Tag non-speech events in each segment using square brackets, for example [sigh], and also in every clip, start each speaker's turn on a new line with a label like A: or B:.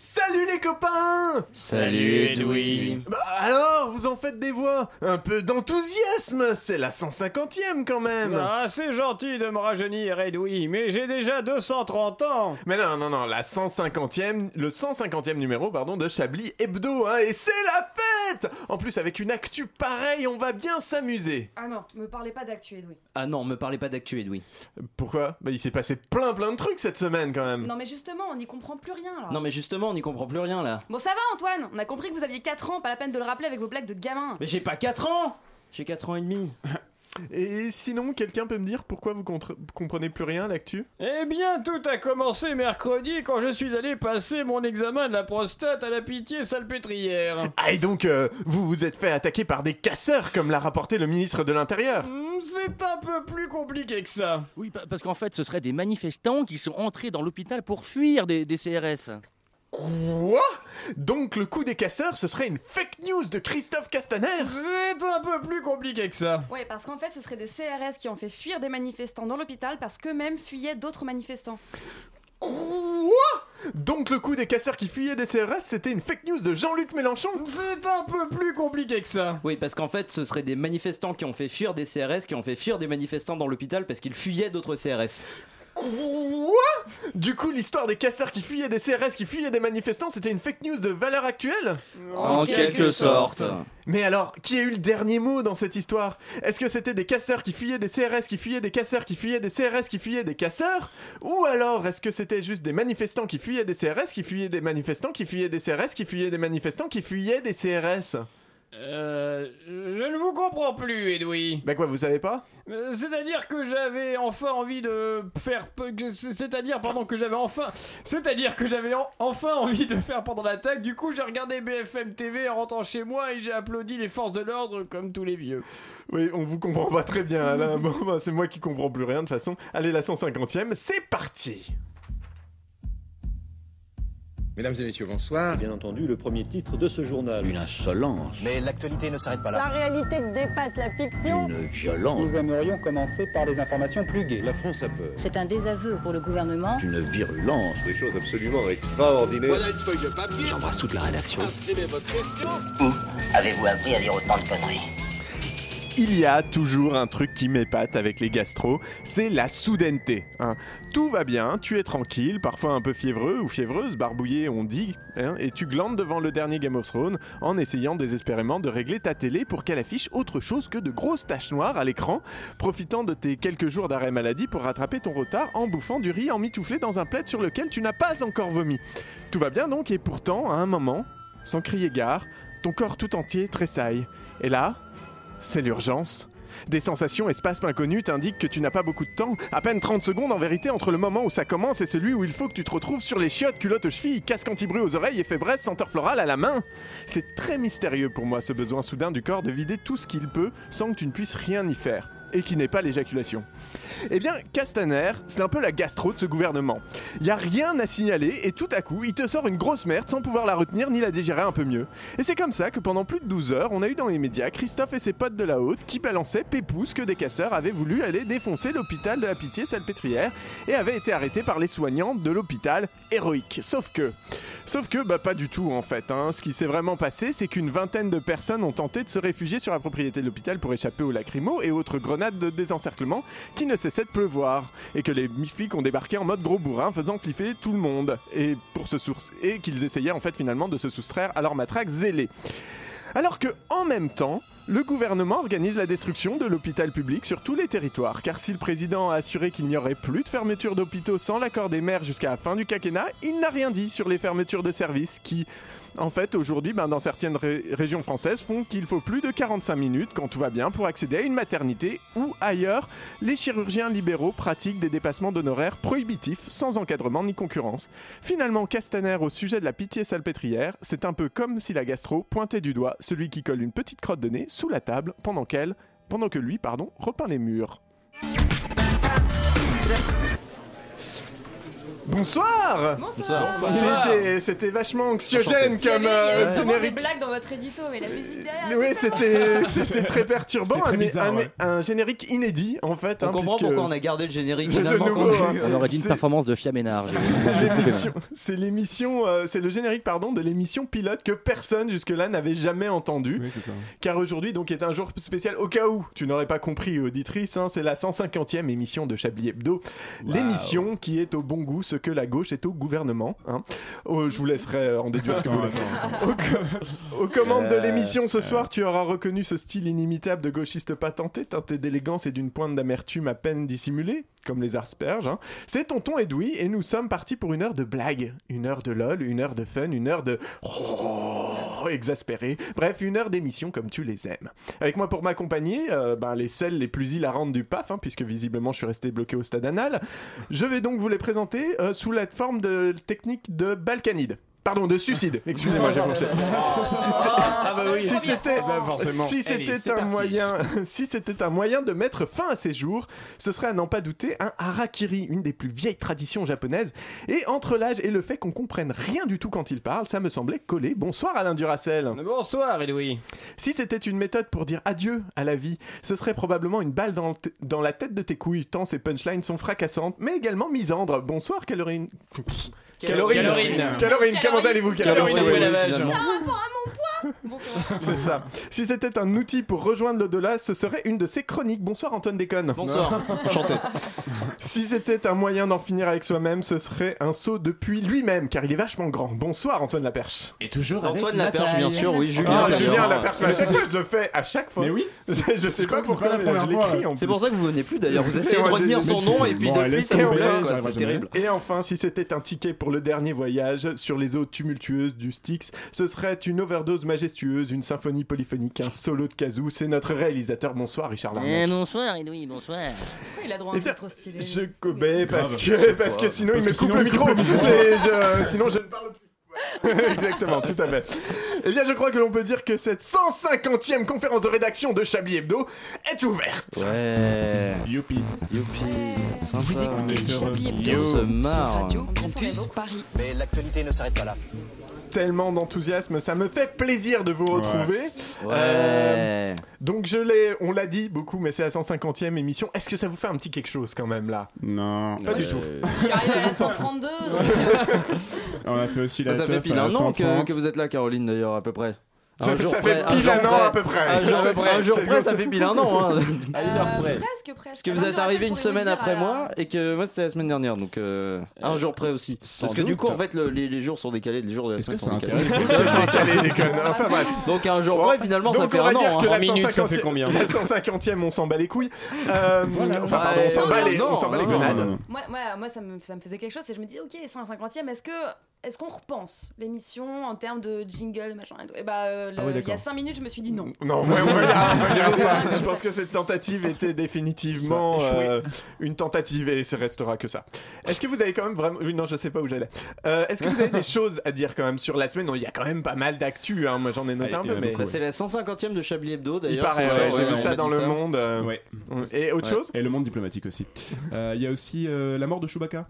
A: Salut les copains
B: Salut
C: Eh
B: Edoui
A: Bah alors, vous en faites des voix Un peu d'enthousiasme C'est la 150e quand même
C: Ah, c'est gentil de me rajeunir, Edoui, mais j'ai déjà 230 ans
A: Mais non, non, non, la 150e, le 150e numéro, pardon, de Chablis Hebdo, hein, et c'est la fête En plus, avec une actu pareille, on va bien s'amuser
D: Ah non, me parlez pas d'actu, Edoui.
B: Ah non, me parlez pas d'actu Edoui.
A: Pourquoi Bah il s'est passé plein plein de trucs cette semaine
C: Euh.
A: quand même
D: Non mais justement, on n'y comprend plus rien là.
B: Non mais justement, on n'y comprend plus rien là.
D: Bon ça va Antoine, on a compris que vous aviez 4 ans, pas la peine de le rappeler avec vos blagues de gamin.
B: Mais j'ai pas 4 ans J'ai 4 ans et
C: [laughs]
B: demi.
A: Et sinon, quelqu'un peut me dire pourquoi vous contre- comprenez plus rien à l'actu
C: Eh bien, tout a commencé mercredi quand je suis allé passer mon examen de la prostate à la pitié salpêtrière.
A: Ah et donc, euh, vous vous êtes fait attaquer par des casseurs, comme l'a rapporté le ministre de l'Intérieur
C: Hmm, C'est un peu plus compliqué que ça.
E: Oui, pa- parce qu'en fait, ce seraient des manifestants qui sont entrés dans l'hôpital pour fuir des, des CRS.
A: Quoi Donc le coup des casseurs, ce serait une fake news de Christophe Castaner
C: C'est un peu plus compliqué que ça.
D: Ouais, parce qu'en fait, ce serait des CRS qui ont fait fuir des manifestants dans l'hôpital parce qu'eux-mêmes fuyaient d'autres manifestants.
A: Quoi Donc le coup des casseurs qui fuyaient des CRS, c'était une fake news de Jean-Luc Mélenchon
C: C'est un peu plus compliqué que ça.
B: Oui, parce qu'en fait, ce seraient des manifestants qui ont fait fuir des CRS, qui ont fait fuir des manifestants dans l'hôpital parce qu'ils fuyaient d'autres CRS.
A: Quoi Du coup, l'histoire des casseurs qui fuyaient des CRS, qui fuyaient des manifestants, c'était une fake news de valeur actuelle
D: En quelque sorte.
A: Mais alors, qui a eu le dernier mot dans cette histoire Est-ce que c'était des casseurs qui fuyaient des CRS, qui fuyaient des casseurs, qui fuyaient des CRS, qui fuyaient des casseurs Ou alors, est-ce que c'était juste des manifestants qui fuyaient des CRS, qui fuyaient des manifestants, qui fuyaient des CRS, qui fuyaient des manifestants, qui fuyaient des CRS
C: Euh, je ne vous comprends plus, Edoui.
A: Bah quoi, vous savez pas
C: Euh, C'est-à-dire que j'avais enfin envie de faire. pe- que- c'est- C'est-à-dire, pardon, que j'avais enfin. C'est-à-dire que j'avais en- enfin envie de faire pendant l'attaque. Du coup, j'ai regardé BFM TV en rentrant chez moi et j'ai applaudi les forces de l'ordre comme tous les vieux.
A: Oui, on vous comprend pas très bien, Alain. [laughs] Bon, bah, c'est moi qui comprends plus rien de toute façon. Allez, la 150e, c'est parti
F: Mesdames et messieurs, bonsoir.
G: bien entendu le premier titre de ce journal.
H: Une insolence.
I: Mais l'actualité ne s'arrête pas là.
J: La réalité dépasse la fiction.
H: Une violence.
G: aimerions commencer par des informations plus gaies. La France a peur.
K: C'est un désaveu pour le gouvernement.
H: Une virulence.
F: Des choses absolument extraordinaires.
H: J'embrasse toute la rédaction.
K: Avez-vous appris à dire autant de conneries
A: Il y a toujours un truc qui m'épate avec les gastro, c'est la soudaineté. hein. Tout va bien, tu es tranquille, parfois un peu fiévreux ou fiévreuse, barbouillé on dit, hein, et tu glandes devant le dernier Game of Thrones en essayant désespérément de régler ta télé pour qu'elle affiche autre chose que de grosses taches noires à l'écran, profitant de tes quelques jours d'arrêt maladie pour rattraper ton retard en bouffant du riz emmitouflé dans un plaid sur lequel tu n'as pas encore vomi. Tout va bien donc, et pourtant, à un moment, sans crier gare, ton corps tout entier tressaille. Et là, c'est l'urgence. Des sensations et spasmes inconnus t'indiquent que tu n'as pas beaucoup de temps, à peine 30 secondes en vérité entre le moment où ça commence et celui où il faut que tu te retrouves sur les chiottes, culottes aux chevilles, casque anti-bruit aux oreilles et fébresse, senteur florale à la main. C'est très mystérieux pour moi ce besoin soudain du corps de vider tout ce qu'il peut sans que tu ne puisses rien y faire. Et qui n'est pas l'éjaculation. Eh bien, Castaner, c'est un peu la gastro de ce gouvernement. Il a rien à signaler et tout à coup, il te sort une grosse merde sans pouvoir la retenir ni la digérer un peu mieux. Et c'est comme ça que pendant plus de 12 heures, on a eu dans les médias Christophe et ses potes de la haute qui balançaient pépouze que des casseurs avaient voulu aller défoncer l'hôpital de la Pitié Salpêtrière et avaient été arrêtés par les soignants de l'hôpital héroïque. Sauf que. Sauf que, bah, pas du tout en fait. hein. Ce qui s'est vraiment passé, c'est qu'une vingtaine de personnes ont tenté de se réfugier sur la propriété de l'hôpital pour échapper aux lacrymos et autres grenades de désencerclement qui ne cessaient de pleuvoir. Et que les flics ont débarqué en mode gros bourrin, faisant flipper tout le monde. Et, pour se source... et qu'ils essayaient en fait finalement de se soustraire à leur matraque zélée. Alors que, en même temps, le gouvernement organise la destruction de l'hôpital public sur tous les territoires, car si le président a assuré qu'il n'y aurait plus de fermeture d'hôpitaux sans l'accord des maires jusqu'à la fin du quinquennat, il n'a rien dit sur les fermetures de services qui, en fait, aujourd'hui, ben, dans certaines ré- régions françaises, font qu'il faut plus de 45 minutes quand tout va bien pour accéder à une maternité ou ailleurs, les chirurgiens libéraux pratiquent des dépassements d'honoraires prohibitifs sans encadrement ni concurrence. Finalement, Castaner au sujet de la pitié salpêtrière, c'est un peu comme si la gastro pointait du doigt celui qui colle une petite crotte de nez sous la table pendant qu'elle, pendant que lui, pardon, repeint les murs. Bonsoir
D: Bonsoir.
C: Bonsoir.
A: C'était- C'était vachement anxiogène
D: Il y avait-
A: comme
D: il y avait
A: euh,
D: sûrement des
A: générique. Euh,
D: blagues dans votre édito, mais la musique derrière.
A: Oui,
D: c'est ça.
C: [laughs]
A: c'était c'était très perturbant,
C: C'est très
A: un,
C: bizarre,
A: un-
C: ouais.
A: un générique inédit en fait.
B: On
A: hein,
B: comprend
A: puisque
B: pourquoi on a gardé le générique
A: C'est de
B: finalement qu'on
A: nouveau,
B: a eu. [laughs]
A: hein.
E: On aurait dit une
A: C'est-
E: performance de Fiaménard.
A: c'est l'émission- c'est l'émission, euh, c'est le générique pardon de l'émission pilote que personne jusque-là n'avait jamais entendu.
C: Oui, c'est ça.
A: Car aujourd'hui donc est un jour spécial au cas où tu n'aurais pas compris auditrice, hein, c'est la 150e émission de Chablis Hebdo, l'émission qui est au bon goût ce que la gauche est au gouvernement. hein. Oh, je vous laisserai euh, en déduire ce que vous voulez. Aux, co- aux commandes de l'émission ce soir, tu auras reconnu ce style inimitable de gauchiste patenté, teinté d'élégance et d'une pointe d'amertume à peine dissimulée, comme les asperges. hein. C'est Tonton Edoui et nous sommes partis pour une heure de blagues, une heure de lol, une heure de fun, une heure de oh, exaspéré. Bref, une heure d'émission comme tu les aimes. Avec moi pour m'accompagner, euh, ben, les selles les plus hilarantes du PAF, hein, puisque visiblement je suis resté bloqué au stade anal. Je vais donc vous les présenter euh, sous la forme de technique de Balkanide. Pardon, de suicide. Excusez-moi, j'ai foncé. [laughs] Si c'est-
C: Ah bah oui.
A: si c'était
C: forcément. Eh
A: si
E: Allez,
A: c'était
E: c'est
A: un
E: parti.
A: moyen [laughs] si c'était un moyen de mettre fin à ces jours ce serait à n'en pas douter un harakiri une des plus vieilles traditions japonaises et entre l'âge et le fait qu'on comprenne rien du tout quand il parle ça me semblait coller bonsoir Alain Duracel
C: Bonsoir, Edoui.
A: si c'était une méthode pour dire adieu à la vie ce serait probablement une balle dans, le t- dans la tête de tes couilles tant ces punchlines sont fracassantes mais également misandres bonsoir Calorine Calorine
C: Calorine.
A: Calorine comment
D: Calorine.
A: allez-vous
C: Calorine,
A: Oui, oui,
C: oui,
A: oui.
C: la vache.
D: Bonsoir.
A: [laughs] C'est ça. [laughs] Si c'était un outil pour rejoindre l'au-delà, ce serait une de ses chroniques. Bonsoir Antoine Déconne.
B: Bonsoir.
L: [laughs]
A: [laughs] Enchanté. si c'était un moyen d'en finir avec soi-même, ce serait un saut depuis lui-même, car il est vachement grand. Bonsoir Antoine Laperche.
E: Et toujours
B: Antoine Laperche, bien sûr, oui, Julien.
A: Ah,
B: Laperche.
A: Julien Laperche, mais à chaque fois je le fais, à chaque fois.
C: Mais oui.
A: [laughs] je sais pas
C: crois que c'est
A: pourquoi,
C: pas la
A: mais
C: première
A: je l'écris
C: fois.
A: en
B: C'est
A: plus.
B: pour ça que vous venez plus d'ailleurs. Vous
A: C'est
B: essayez de
A: moi, j'ai-
B: retenir son
A: mais
B: nom et puis
C: Bon,
B: depuis
C: laisse
B: ça vous
A: tomber,
B: plaît, quoi.
C: j'arrive
B: C'est
C: jamais.
B: terrible.
A: Et enfin, si c'était un ticket pour le dernier voyage sur les eaux tumultueuses du Styx, ce serait une overdose majestueuse, une symphonie polyphonique, un solo de kazoo. C'est notre réalisateur. Bonsoir Richard Larnac.
E: Eh, bonsoir, Edoui, bonsoir.
D: Pourquoi Il a droit à
A: Eh
D: un
A: bien,
D: truc trop stylé.
A: Je
D: C'est
A: cobais parce
C: Grave.
A: que, parce que sinon
C: Parce
A: il me
C: que
A: coupe
C: sinon,
A: le
C: il
A: micro.
C: coupe le micro.
A: Et je- sinon je ne parle
C: [laughs]
A: plus. Ouais. Exactement, tout à fait. Eh bien, je crois que l'on peut dire que cette 150e conférence de rédaction de Chablis Hebdo est ouverte.
B: Ouais.
C: Youpi.
B: Youpi.
I: Vous écoutez Chablis Hebdo
B: On se
I: sur
B: marre.
I: Radio
D: Sur les
I: Campus
D: beaux.
I: Paris.
H: Mais l'actualité ne s'arrête pas là.
A: Tellement d'enthousiasme, ça me fait plaisir de vous retrouver. euh,
B: Ouais.
A: Donc, je l'ai, on l'a dit beaucoup, mais c'est la 150e émission. Est-ce que ça vous fait un petit quelque chose quand même là
L: Non.
A: Pas du tout.
D: Je suis arrivé à la 132. donc-
L: On a fait aussi la
B: Ça fait
L: teuf
B: pile
L: à
B: un an que,
L: 130.
B: que vous êtes là, Caroline, d'ailleurs, à peu près.
A: Ça,
B: Un jour
A: ça
B: près,
A: fait pile
B: jour
A: un an
B: près.
A: à peu près.
B: Un jour,
A: À peu près.
B: un jour
A: C'est
B: près, ça fait pile un an. Hein.
C: À une heure
D: Euh,
C: près.
D: Presque, presque.
B: Parce que vous
D: Alors,
B: êtes
D: j'aurais
B: arrivé
D: fait
B: une
D: pour les
B: semaine
D: dire,
B: après
D: alors.
B: moi et que moi c'était la semaine dernière donc euh, un jour près aussi. Parce que du coup en fait le- les, les jours sont décalés, les jours de la
L: Est-ce
B: semaine
L: que
B: sont décalés.
L: ça
B: [laughs]
L: intéresse
A: Je vais caler les connes. Enfin bref.
B: Donc un jour
A: Bon,
B: près finalement ça
A: Donc
B: fait
A: on va
B: un
A: dire
B: an.
A: que
B: hein.
A: la,
C: En minutes, ça fait
A: 150e
C: combien
A: [laughs] la 150e, on s'en bat les couilles. Euh,
L: Voilà.
A: Enfin, pardon, on s'en
B: Ouais,
A: bat les,
B: non,
A: on s'en bat les
B: non,
A: gonades.
L: non, non.
D: Moi, moi, moi, ça, me, ça me faisait quelque chose et je me dis, ok, 150e, est-ce que. Est-ce qu'on repense l'émission en termes de jingle, machin et tout Et bah, euh, le-
C: Ah oui,
D: il y a
C: d'accord.
D: 5 minutes, je me suis dit non.
A: Non, ouais, on va y arriver, on va
L: [laughs]
D: [laughs]
A: y arriver. Je pense que cette tentative était définitivement euh, une tentative et ce restera que ça. Est-ce que vous avez quand même vraiment. Oui, non, je sais pas où j'allais. Euh, Est-ce que vous
L: [laughs]
A: avez des choses à dire quand même sur la semaine Non, Il y a quand même pas mal d'actu. hein. Moi, j'en ai noté
L: Ah,
A: un
L: il y en
A: peu,
L: a
A: mais.
L: beaucoup,
B: Bah, c'est la 150e de Chablis Hebdo
A: Il
B: d'ailleurs.
A: paraît,
B: ce
A: ouais,
B: soir,
A: j'ai
B: ouais,
A: vu
B: on
A: ça
B: m'a
A: dans
B: dit
A: le
B: ça.
A: monde. euh,
L: Ouais.
A: Et autre
B: Ouais.
A: chose
L: Et le monde diplomatique
A: [laughs]
L: aussi. Euh, Il y a aussi euh, la mort de Chewbacca.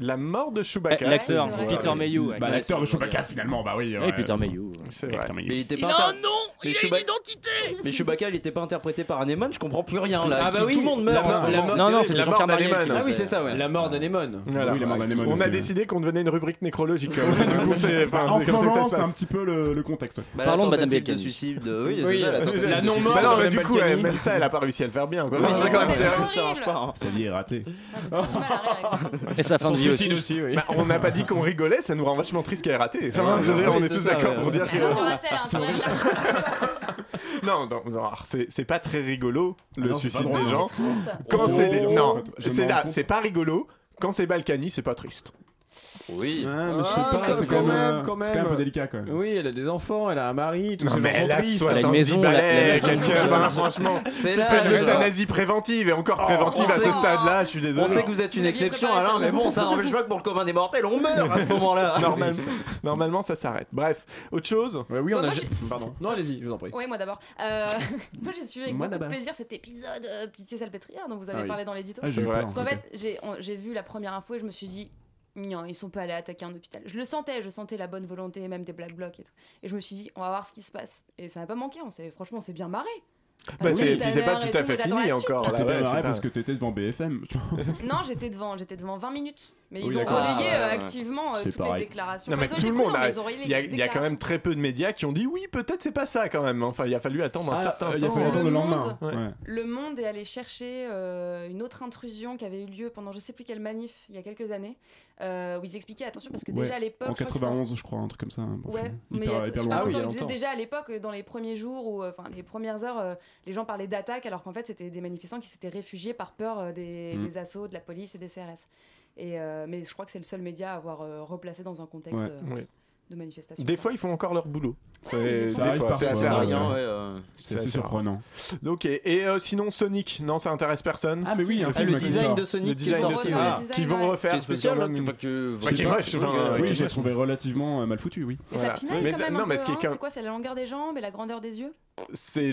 A: La mort
B: Euh,
A: de Chewbacca.
D: c'est
E: L'acteur
D: vrai.
E: Peter Mayhew.
L: Bah, l'acteur de Chewbacca finalement, bah oui.
E: Oui, Eh, Peter Mayhew.
A: C'est vrai.
B: Mais il était pas
E: Non,
B: inter-
E: non,
B: Mais
E: il a
B: Chewbacca-
E: une identité.
B: Mais Chewbacca il était pas interprété par un Eman, je comprends plus rien là.
C: Ah bah
B: Qui-
C: oui.
B: Tout le monde meurt.
C: La
B: en ce
C: mort- la
B: moment.
C: mort-
E: Non, non,
A: la
E: c'est toujours
A: mort
E: Carmariel.
A: d'Anémone.
E: qui l'a
B: Ah oui
E: fait.
B: c'est ça ouais.
C: La mort d'anémone.
A: Voilà.
L: Oui, la mort d'anémone
A: On
L: aussi, hein.
A: a
L: ouais.
A: décidé qu'on devenait une rubrique nécrologique. euh, hein. [laughs] c'est- du coup, c'est enfin,
L: en
A: c'est
L: ce
A: comme ça que ça
L: moment,
A: se
L: c'est un
A: passe.
L: petit peu le, le contexte. ouais.
B: Bah,
E: Parlons
B: la
E: de Madame
B: tentative de
E: Belkany.
B: suicide de oui,
C: Oui,
B: c'est ça, la
C: la-
B: tentative
C: la
B: de
C: non-mort.
A: Bah
B: suicide.
A: non,
C: de
A: mais
C: la
A: du coup,
C: Balkany.
A: ouais, même ça, elle a pas réussi à le faire bien. quoi.
B: Oui,
A: Enfin,
B: c'est
A: c'est quand
B: ça,
A: même
B: c'est Bah,
A: terrible.
D: terrible.
B: ça marche pas. hein.
L: Sa vie est ratée.
D: J'ai trop de mal à rire avec ce suicide.
E: Et sa fin
C: Son
E: de vie aussi.
C: suicide aussi, oui.
A: Bah, on n'a pas dit qu'on rigolait, ça nous rend vachement triste qu'elle ait raté. Enfin,
B: Ouais,
A: je veux dire,
B: ouais,
A: on est
B: c'est
A: tous
B: ça,
A: d'accord
B: ouais.
A: pour dire
D: Mais alors,
A: que.
D: on va faire un truc là.
A: [laughs] Non, non, non, alors, c'est c'est pas très rigolo
L: Ah
A: le
L: non, c'est pas
A: suicide
L: drôle.
A: des gens.
D: Triste.
A: Quand
L: Oh,
A: c'est. des- Non,
L: je
A: c'est
L: me
A: là,
L: rends compte.
A: c'est pas rigolo. Quand c'est Balkany, c'est pas triste.
B: Oui.
L: Ah, mais je sais
C: Ah,
L: pas,
C: quand
L: c'est
C: même,
L: quand même,
C: quand
L: c'est quand même un peu
C: même.
L: délicat quand même.
C: Oui, elle a des enfants, elle a un mari, tout
A: Non,
C: ça.
A: mais elle a
C: triste.
A: 70
E: maison, la- la
A: balais,
E: maison.
A: quelqu'un. enfin, Franchement,
B: C'est
A: c'est de
B: déjà.
A: l'euthanasie préventive et encore préventive
B: on
A: à
B: sait-
A: ce stade-là, je suis désolé.
B: On sait que vous êtes une
D: Vous aviez
B: exception,
D: préparé
B: Alain,
D: ça.
B: mais bon, ça n'empêche pas que pour le commun des mortels, on meurt à ce moment-là.
A: [laughs] Normal- Normalement, ça s'arrête. Bref, autre chose
C: Ouais, oui, on
D: Bah,
C: a.
D: moi,
C: Pardon. Non, allez-y, je vous en prie.
D: Oui, moi d'abord.
L: [laughs]
D: Euh, [laughs] moi, j'ai suivi avec
L: Moi
D: beaucoup de
L: d'abord.
D: plaisir cet épisode euh, Pitié Salpêtrière dont vous
L: Ah
D: avez
L: oui.
D: parlé dans l'édito.
L: Ah, j'ai eu
A: vrai.
L: peur,
D: Parce qu'en
L: ok.
D: fait, j'ai on- j'ai vu la première info et je me suis dit, non, ils sont pas allés attaquer un hôpital. Je le sentais, je sentais la bonne volonté, même des black blocs et tout. Et je me suis dit, on va voir ce qui se passe. Et ça n'a pas manqué, on s'est, franchement, on s'est bien marré.
A: Bah,
D: Ah,
A: c'est-
D: oui,
A: puis c'est pas
D: l'heure et
A: tout à fait
D: j'attends la
A: fini
D: suite.
A: encore,
L: Tu
A: là,
L: t'es
A: ouais,
L: bien
A: Oh, c'est
L: marré
A: pas-
L: parce que t'étais devant
A: [laughs]
L: BFM. tu vois.
D: Non, j'étais devant, j'étais devant 20 minutes. Mais
L: Oui,
D: ils ont
L: d'accord.
D: relayé euh,
L: Ah, ouais.
D: activement euh,
L: C'est
D: toutes
L: pareil.
D: les déclarations.
A: Non, mais
D: Ils ont
A: tout
D: été
A: le monde
D: prudents,
A: a.
D: mais ils ont relayé
A: Il y, a-
D: les
A: il y a quand
D: déclarations.
A: même très peu de médias qui ont dit oui, peut-être c'est pas ça quand même. Enfin, il a fallu attendre un
L: Ah,
A: certain
L: euh, il a
A: temps.
L: fallu attendre le lendemain.
A: Ouais.
L: Ouais.
D: Le Monde est allé chercher euh, une autre intrusion qui avait eu lieu pendant je sais plus quelle manif il y a quelques années euh, où ils expliquaient attention parce que
L: Ouais.
D: déjà à l'époque
L: En
D: je crois que c'était un-
L: 91, je crois, un truc comme ça. Bon,
D: Ouais,
L: enfin,
D: mais
L: hyper-
D: il y a-
L: hyper
D: je
L: loin, quoi.
D: me disait déjà à l'époque, euh, dans les premiers jours ou enfin les premières heures, euh, les gens parlaient d'attaque alors qu'en fait c'était des manifestants qui s'étaient réfugiés par peur euh, des,
L: Mm.
D: des assauts de la police et des CRS. Et euh, mais je crois que c'est le seul média à avoir euh, replacé dans un contexte
A: Ouais.
D: euh,
A: Ouais.
D: de Ah, manifestation.
A: Des fois, ils font encore leur boulot.
L: Ouais,
A: Et
L: ça
A: des
L: arrive
A: fois,
L: parfois,
A: c'est assez
L: ouais.
A: rare.
L: Ouais, ouais,
B: euh,
L: C'est assez surprenant.
A: rare. Ok, et euh, sinon Sonic, non, ça intéresse personne.
L: Ah, mais oui, un
A: Le
L: film
A: film
L: avec
A: qui
L: ça.
A: sort. le design de Sonic, qui vont refaire.
B: Qui est spécial,
A: c'est quand même
B: hein, que-
A: une-
B: que-
A: Enfin, qui
L: Je
A: est
L: sais
A: moche,
L: pas.
A: enfin, qui est
L: Oui, j'ai
A: moche.
L: trouvé relativement euh, mal foutu, oui.
D: Mais ça pinaille
A: Mais
D: quand
A: ça-
D: même un
A: non, mais
D: peu,
A: ce qui est
D: hein.
A: quand-
D: C'est quoi C'est la longueur des jambes et la grandeur des yeux
A: C'est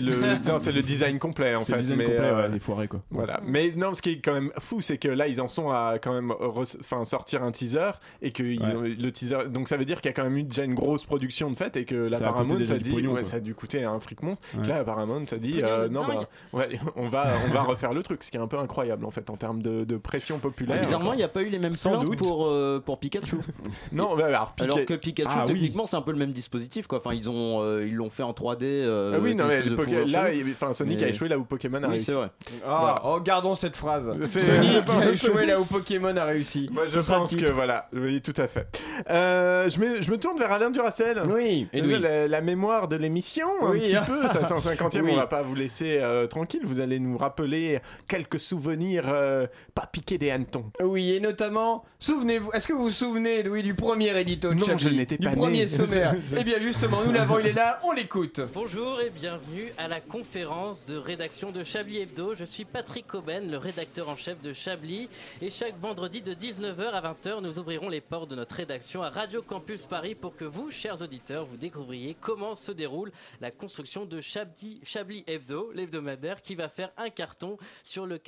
L: [laughs]
A: le, non, c'est le design complet en
L: C'est
A: fait.
L: le design
A: mais,
L: complet,
A: euh,
L: ouais, des foirés, quoi.
C: Mm.
A: Voilà. Mais non, ce qui est quand même fou, c'est que là, ils en sont à quand même re- enfin, sortir un teaser et que ils ont- le teaser. Donc ça veut dire qu'il y a quand même eu déjà une grosse production de fait et que là,
L: Ça a coûté
A: Paramount,
L: déjà
A: ça
L: du
A: dit,
L: pognon,
A: ouais,
L: quoi.
A: ça a dû coûter un fric monstre.
L: Ouais.
A: Que Là, Paramount, ça dit,
L: Pognon de
A: euh, non,
L: dingue.
A: bah, ouais, on va, on va refaire le truc, ce qui est un peu incroyable en fait en termes de, de pression
L: Ah,
A: populaire.
B: Bizarrement, il n'y a pas eu les mêmes
A: Sans
B: plans
A: doute.
B: pour, euh, pour Pikachu.
A: [laughs] Non, bah, alors, Pika-
B: Alors que Pikachu,
A: Ah oui.
B: techniquement, c'est un peu le même dispositif. Quoi. Enfin, ils ont, euh, ils l'ont fait en 3D. euh,
A: Ah oui,
B: avec
A: non,
B: une
A: mais
B: espèce de
A: Poké-
B: fourrure
A: là,
B: chelou.
A: il- enfin, Sonic
B: Mais-
A: a échoué là où Pokémon a
B: Oui,
A: réussi.
B: c'est vrai.
C: Ah, oh, gardons cette phrase.
A: C'est-
C: Sonic
A: c'est pas-
C: a échoué là où Pokémon a réussi.
A: [laughs] Moi, je
C: Ce sera le
A: pense que
C: titre.
A: voilà, oui, tout à fait. Euh, je, me, je me tourne vers Alain Duracel.
C: Oui, et oui.
A: la, la mémoire de l'émission,
C: Oui.
A: un petit peu. Ça, 150e,
C: Oui.
A: on va pas vous laisser euh, tranquille. Vous allez nous rappeler quelques souvenirs euh, pas piqués des hannetons.
C: Oui, et notamment, souvenez-vous, est-ce que vous vous souvenez, Louis, du premier édito de
A: Non,
C: Chablis
A: je n'étais pas
C: Du premier
A: né.
C: sommaire.
A: [laughs]
C: Eh bien, justement, nous l'avons, il est là, on l'écoute.
M: Bonjour et bienvenue à la conférence de rédaction de Chablis Hebdo. Je suis Patrick Coben, le rédacteur en chef de Chablis. Et chaque vendredi de 19h à 20h, nous ouvrirons les portes de notre rédaction à Radio Campus Paris pour que vous, chers auditeurs, vous découvriez comment se déroule la construction de Chablis, Chablis Hebdo, l'hebdomadaire qui va faire un carton sur le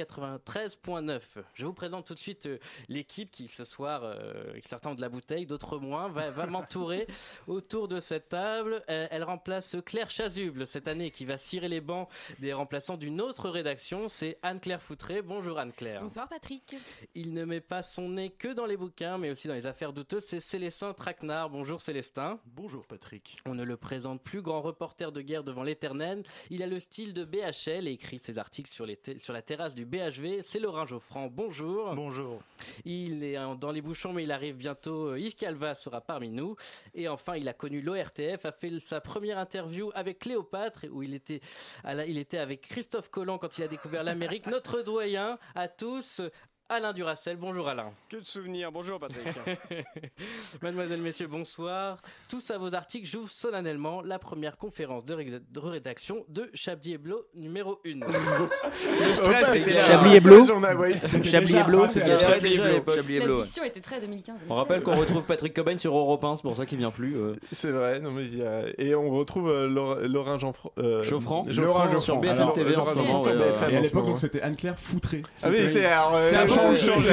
M: 93.9. Je vous présente tout de suite euh, l'équipe qui ce soir, euh, certains ont de la bouteille, d'autres moins, va, va m'entourer autour de cette table. Euh, elle remplace Claire Chasuble cette année qui va cirer les bancs des remplaçants d'une autre rédaction. C'est Anne-Claire Foutré. Bonjour Anne-Claire.
I: Bonsoir Patrick.
M: Il ne met pas son nez que dans les bouquins, mais aussi dans les affaires douteuses. C'est Célestin Traquenard. Bonjour Célestin.
N: Bonjour Patrick.
M: On ne le présente plus, grand reporter de guerre devant l'éternel. Il a le style de BHL et écrit ses articles sur, les te- sur la terrasse du BHV. C'est Laurent Geoffrand, bonjour.
N: Bonjour.
M: Il est en- dans les bouchons, mais il arrive bientôt. Euh, Yves Calva sera parmi nous. Et enfin, il a connu l'ORTF, a fait sa première interview avec Cléopâtre, où il était, à la- il était avec Christophe Colomb quand il a découvert
N: [laughs]
M: l'Amérique. Notre doyen à tous, Alain Duracel. Bonjour Alain.
O: Que de souvenirs, bonjour Patrick.
M: [laughs] Mademoiselle, messieurs, bonsoir. Tous à vos articles, j'ouvre solennellement la première conférence de, ré- de rédaction de Chablis Hebdo numéro 1. Le
A: stress était là.
E: Chablis Hebdo
B: [laughs] Chablis Hebdo, c'est ça
M: Chablis
B: Déjà à
M: Hebdo.
B: l'époque.
D: La
B: Hebdo, ouais.
D: diction était très 2015.
B: On rappelle qu'on
D: [laughs]
B: retrouve Patrick Cobain sur Europe 1, c'est pour ça qu'il vient plus. euh.
A: C'est vrai, non mais il y a- et on retrouve euh, Laure- Laurent Jeanfran- euh,
B: Geoffrand.
A: Geoffrand
B: Laurent sur
A: Geoffrand.
B: BFM
A: Alors,
B: TV en
A: Laurent
B: ce moment,
A: Geoffrand
B: ouais,
A: sur
B: ouais.
A: BFM
L: Et à
A: en ce
L: l'époque,
A: moment.
L: donc, c'était Anne-Claire Foutré.
A: Ah oui,
L: C'était-
A: c'est alors, euh,
L: Ça a
A: elle,
L: beaucoup
A: est-
L: changé.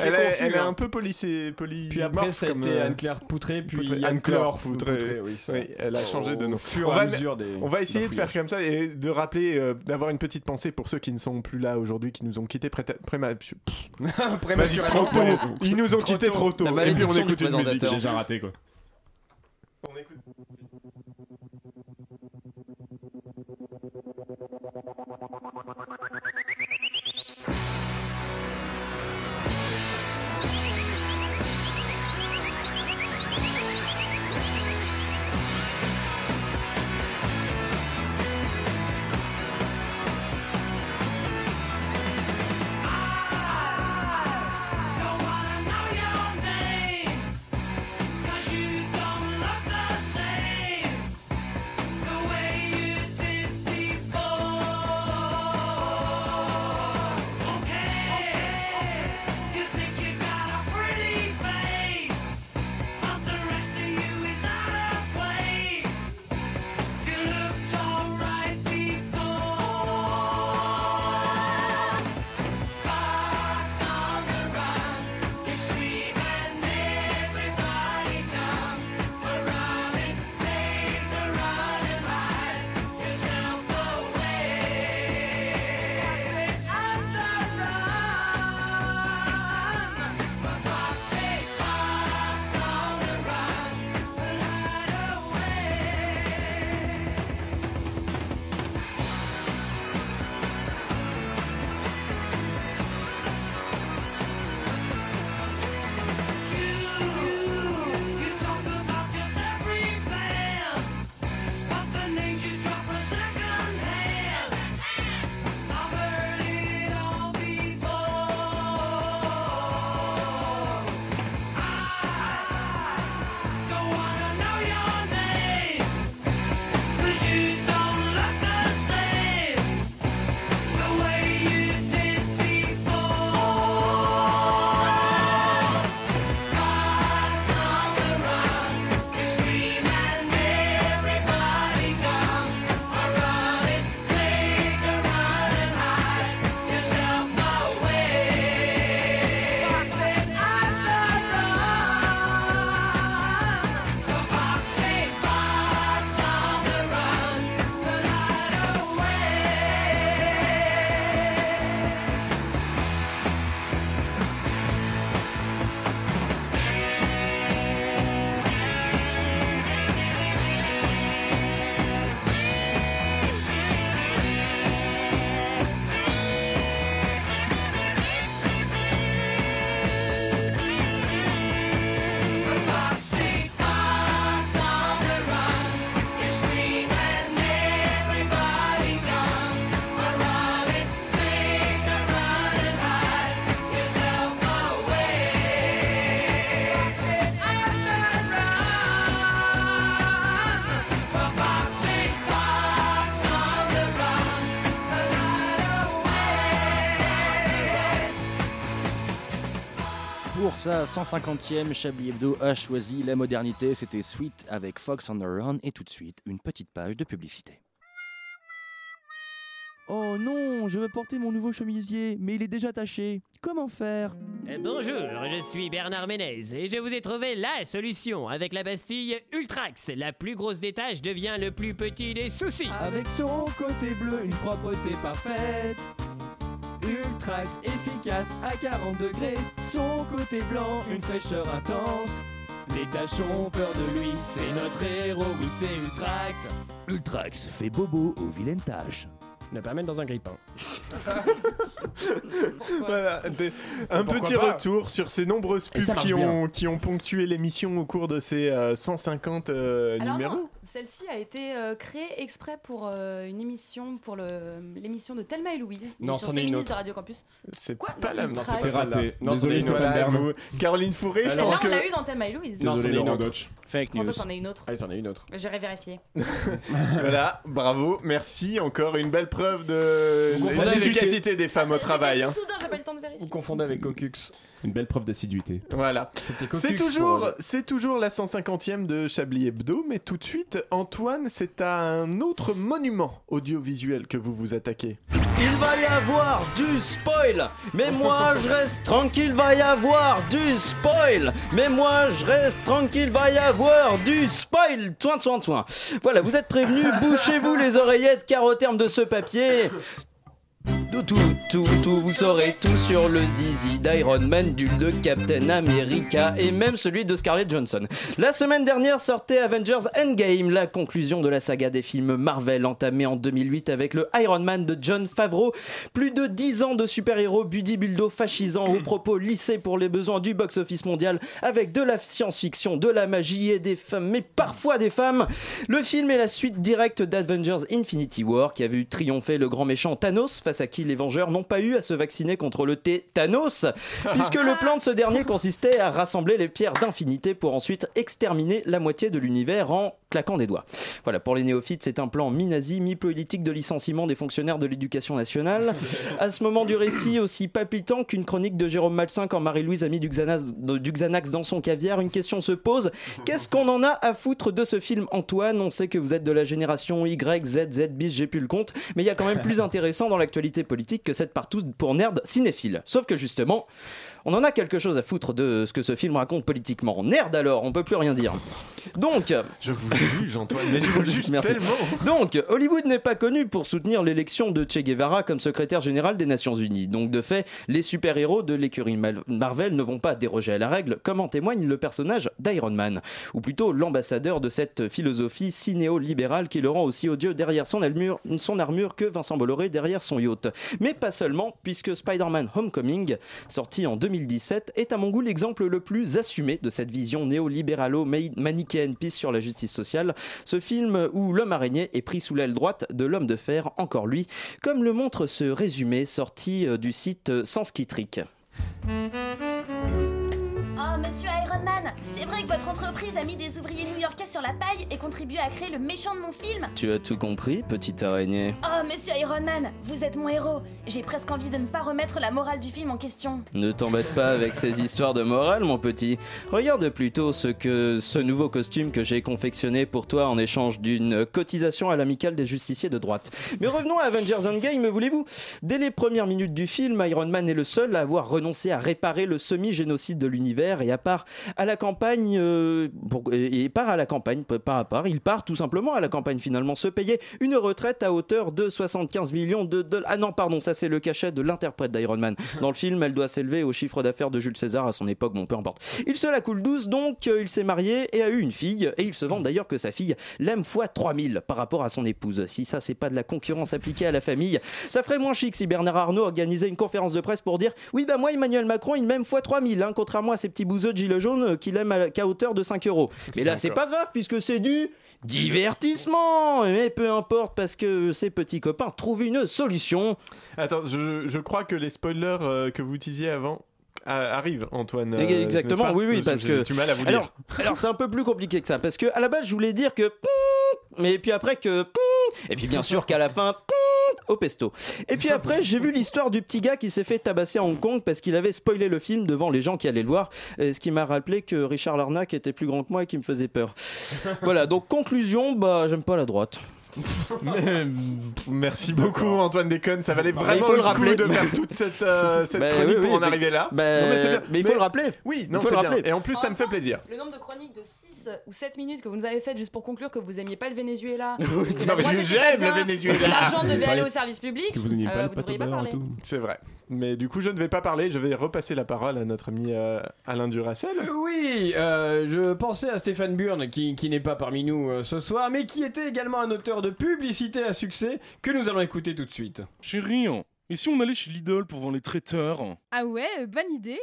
A: elle, est- elle est un peu poly, poly
C: Puis après, ça a
A: comme,
C: été
A: euh,
C: Anne-Claire Poutré, puis
A: Poutré-
C: Anne-Claire
A: Anne-Claire
C: Poutré.
A: Poutré,
C: oui, ça.
A: oui, elle a changé de nom.
C: Au fur
A: on,
C: et à
A: va,
C: mesure des.
A: on va essayer
C: d'un
A: de faire
C: fouillage.
A: comme ça et de rappeler, euh, d'avoir une petite pensée pour ceux qui ne sont plus là aujourd'hui, qui nous ont quittés pré- préma- pff,
C: Prématurément.
A: trop tôt. Ils nous ont quittés trop tôt.
B: La
A: Et puis on
B: malédiction du
A: écoute une musique.
B: présentateur.
L: Déjà raté, quoi.
P: Cause you don't look the same
E: pour sa 150e, Chablis Hebdo a choisi la modernité. C'était Sweet avec Fox on the Run. Et tout de suite, une petite page de publicité.
N: Oh non, je veux porter mon nouveau chemisier, mais il est déjà taché. Comment faire
O: Euh, Bonjour, je suis Bernard Ménez et je vous ai trouvé la solution avec la Bastille Ultrax. La plus grosse des tâches devient le plus petit des soucis.
N: Avec son côté bleu, une propreté parfaite. Ultrax efficace à 40 degrés. Son côté blanc, une fraîcheur intense. Les tâches ont peur de lui, c'est notre héros, oui c'est
A: [laughs]
N: Ultrax.
E: Ultrax fait bobo aux vilaines tâches.
O: Ne pas mettre dans un grippin.
A: Voilà, Euh, des- un
L: Pourquoi
A: petit
L: pas
A: retour sur ces nombreuses
L: Et ça
A: pubs qui
L: marche bien.
A: ont, qui ont ponctué l'émission au cours de ces euh, 150 euh,
D: Alors
A: numéros.
D: non, celle-ci a été euh, créée exprès pour euh, une émission, pour le- l'émission de Thelma et Louise,
A: Non,
D: émission
A: c'en est une
D: féministe
A: autre.
D: de Radio Campus.
A: C'est
D: Quoi
A: pas la
D: Non,
A: même.
D: c'est
L: raté.
A: Non,
L: Désolé,
A: c'est
L: Stéphane
A: voilà,
L: Bern.
A: vous- Caroline Fourré, je
D: Celle-là,
A: pense
D: on
A: que.
D: l'a eu dans Thelma et Louise.
A: Désolé,
L: Laurent
A: Deutsch.
E: Fake
D: Je pense que c'en est une autre.
L: Ah, c'en est une autre. [laughs]
D: J'irai vérifier.
A: voilà, bravo, merci. Encore une belle preuve de
L: confondez avec-
A: l'efficacité des femmes au travail. hein.
D: Soudain, j'ai pas eu le temps de vérifier.
L: Vous confondez avec Cocux. Une belle preuve d'assiduité.
A: Voilà.
L: Cocux
A: C'est
L: pour
A: toujours,
L: elle.
A: c'est toujours la 150e de Chablis Hebdo, mais tout de suite, Antoine, c'est à un autre monument audiovisuel que vous vous attaquez.
P: Il va y avoir du spoil, [laughs]
A: [laughs]
P: mais moi je reste tranquille, va y avoir du spoil, mais moi je reste tranquille, va y avoir du spoil, toin toin toin. Voilà, vous
B: [laughs]
P: êtes prévenus, bouchez-vous les oreillettes car au terme de ce papier, tout, tout, tout, tout, vous saurez tout sur le zizi d'Iron Man, du de Captain America et même celui de Scarlett Johnson. La semaine dernière sortait Avengers Endgame, la conclusion de la saga des films Marvel entamée en 2008 avec le Iron Man de John Favreau. Plus de 10 ans de super-héros budo fascisant aux propos lissés pour les besoins du box-office mondial avec de la science-fiction, de la magie et des femmes, mais parfois des femmes. Le film est la suite directe d'Avengers Infinity War qui a vu triompher le grand méchant Thanos face à qui les Vengeurs n'ont pas eu à se vacciner contre le tétanos puisque le plan de ce dernier consistait à rassembler les pierres d'infinité pour ensuite exterminer la moitié de l'univers en claquant des doigts. Voilà, pour les néophytes, c'est un plan mi-nazi, mi-politique de licenciement des fonctionnaires de l'éducation nationale. À ce moment du récit, aussi palpitant qu'une chronique de Jérôme Malsain quand Marie-Louise a mis du Xanax, du Xanax dans son caviar, une question se pose. Qu'est-ce qu'on en a à foutre de ce film, Antoine On sait que vous êtes de la génération Y, Z, Z, bis, j'ai plus le compte, mais il y a quand même plus intéressant dans l'actualité politique que cette partouze pour nerds cinéphiles. Sauf que justement, on en a quelque chose à foutre de ce que ce film raconte politiquement. Nerd alors, on peut plus rien dire. Donc,
A: je vous juge Antoine, mais je vous juge tellement.
P: donc, Hollywood n'est pas connu pour soutenir l'élection de Che Guevara comme secrétaire général des Nations Unies. Donc, de fait, les super-héros de l'écurie Mal- Marvel ne vont pas déroger à la règle, comme en témoigne le personnage d'Iron Man, ou plutôt l'ambassadeur de cette philosophie cinéo-libérale qui le rend aussi odieux derrière son armure, son armure que Vincent Bolloré derrière son yacht. Mais pas seulement, puisque Spider-Man Homecoming, sorti en 2017, est à mon goût l'exemple le plus assumé de cette vision néolibéralo-manichéenne piste sur la justice sociale. Ce film où l'homme araignée est pris sous l'aile droite de l'homme de fer, encore lui, comme le montre ce résumé sorti euh, du site euh, Sans Skitrick.
J: Oh, monsieur Iron Man, c'est vrai que votre entreprise a mis des ouvriers new-yorkais sur la paille et contribue à créer le méchant de mon film
P: Tu as tout compris, petite araignée
J: Oh, monsieur Iron Man, vous êtes mon héros. J'ai presque envie de ne pas remettre la morale du film en question.
P: Ne t'embête pas avec ces histoires de morale, mon petit. Regarde plutôt ce que ce nouveau costume que j'ai confectionné pour toi en échange d'une cotisation à l'amicale des justiciers de droite. Mais revenons à Avengers Endgame, voulez-vous Dès les premières minutes du film, Iron Man est le seul à avoir renoncé à réparer le semi-génocide de l'univers et à part à la campagne, euh, pour- et et part à la campagne, par à part, il part tout simplement à la campagne finalement se payer une retraite à hauteur de 75 millions de dollars. Ah non, pardon, ça c'est le cachet de l'interprète d'Iron Man. Dans le film, elle doit s'élever au chiffre d'affaires de Jules César à son époque, bon peu importe. Il se la coule douce donc, euh, il s'est marié et a eu une fille, et il se vante d'ailleurs que sa fille l'aime fois 3000 par rapport à son épouse. Si ça c'est pas de la concurrence appliquée à la famille, ça ferait moins chic si Bernard Arnault organisait une conférence de presse pour dire Oui, bah moi Emmanuel Macron il m'aime fois 3000, hein, contrairement à ces petits bouseux de gilet jaune euh, qu'il aime à, qu'à hauteur de 5 euros. Mais là c'est pas grave puisque c'est du divertissement Mais peu importe parce que ses petits copains trouvent une solution.
A: Attends, je, je crois que les spoilers euh, que vous disiez avant euh, arrivent, Antoine. euh, n'est-ce
P: Exactement,
A: pas
P: oui, oui,
A: J'ai-
P: parce
A: j'ai
P: que.
A: du mal à vous
P: alors,
A: lire.
P: alors, c'est un peu plus compliqué que ça, parce que [laughs] à la base, je voulais dire que. Mais puis après que. Et puis bien sûr qu'à la fin. [laughs] au pesto. Et puis après, j'ai vu l'histoire du petit gars qui s'est fait tabasser à Hong Kong parce qu'il avait spoilé le film devant les gens qui allaient le voir, et ce qui m'a rappelé que Richard Larnac était plus grand que moi et qui me
A: [laughs]
P: faisait peur. Voilà, donc conclusion, bah j'aime pas la droite.
A: Mais, [laughs] merci beaucoup Antoine Déconne, ça valait
P: Bah, Mais
A: vraiment
P: il faut
A: le,
P: le rappeler.
A: coup de faire toute cette,
P: [laughs]
A: euh, cette
P: Bah,
A: chronique
P: oui,
A: pour
P: oui,
A: en arriver là.
P: bah,
A: Non, mais c'est bien.
P: mais il faut le rappeler.
A: Oui,
P: Il
A: non,
P: faut
A: c'est
P: le
A: bien.
P: rappeler.
A: Et en plus, ça me fait plaisir.
D: Le nombre de chroniques de 6 ou 7 minutes que vous nous avez faites juste pour conclure que vous aimiez pas le Venezuela. que
A: [laughs] Non,
D: la
A: mais
D: droite
A: je-
D: était pas
A: j'aime le
D: bien,
A: Venezuela.
D: que [laughs] L'argent
A: Vous aimez
D: devait
A: pas
D: aller
A: les-
D: au service public. euh, vous devriez parler.
A: C'est vrai. Mais du coup, je ne vais pas parler, je vais repasser la parole à notre ami euh, Alain Duracel.
C: Euh, Oui, euh, je pensais à Stéphane Burne, qui, qui n'est pas parmi nous euh, ce soir, mais qui était également un auteur de publicité à succès que nous allons écouter tout de suite.
Q: Chérie, hein. et si on allait chez Lidl pour voir les traiteurs hein
R: Ah ouais, euh, bonne idée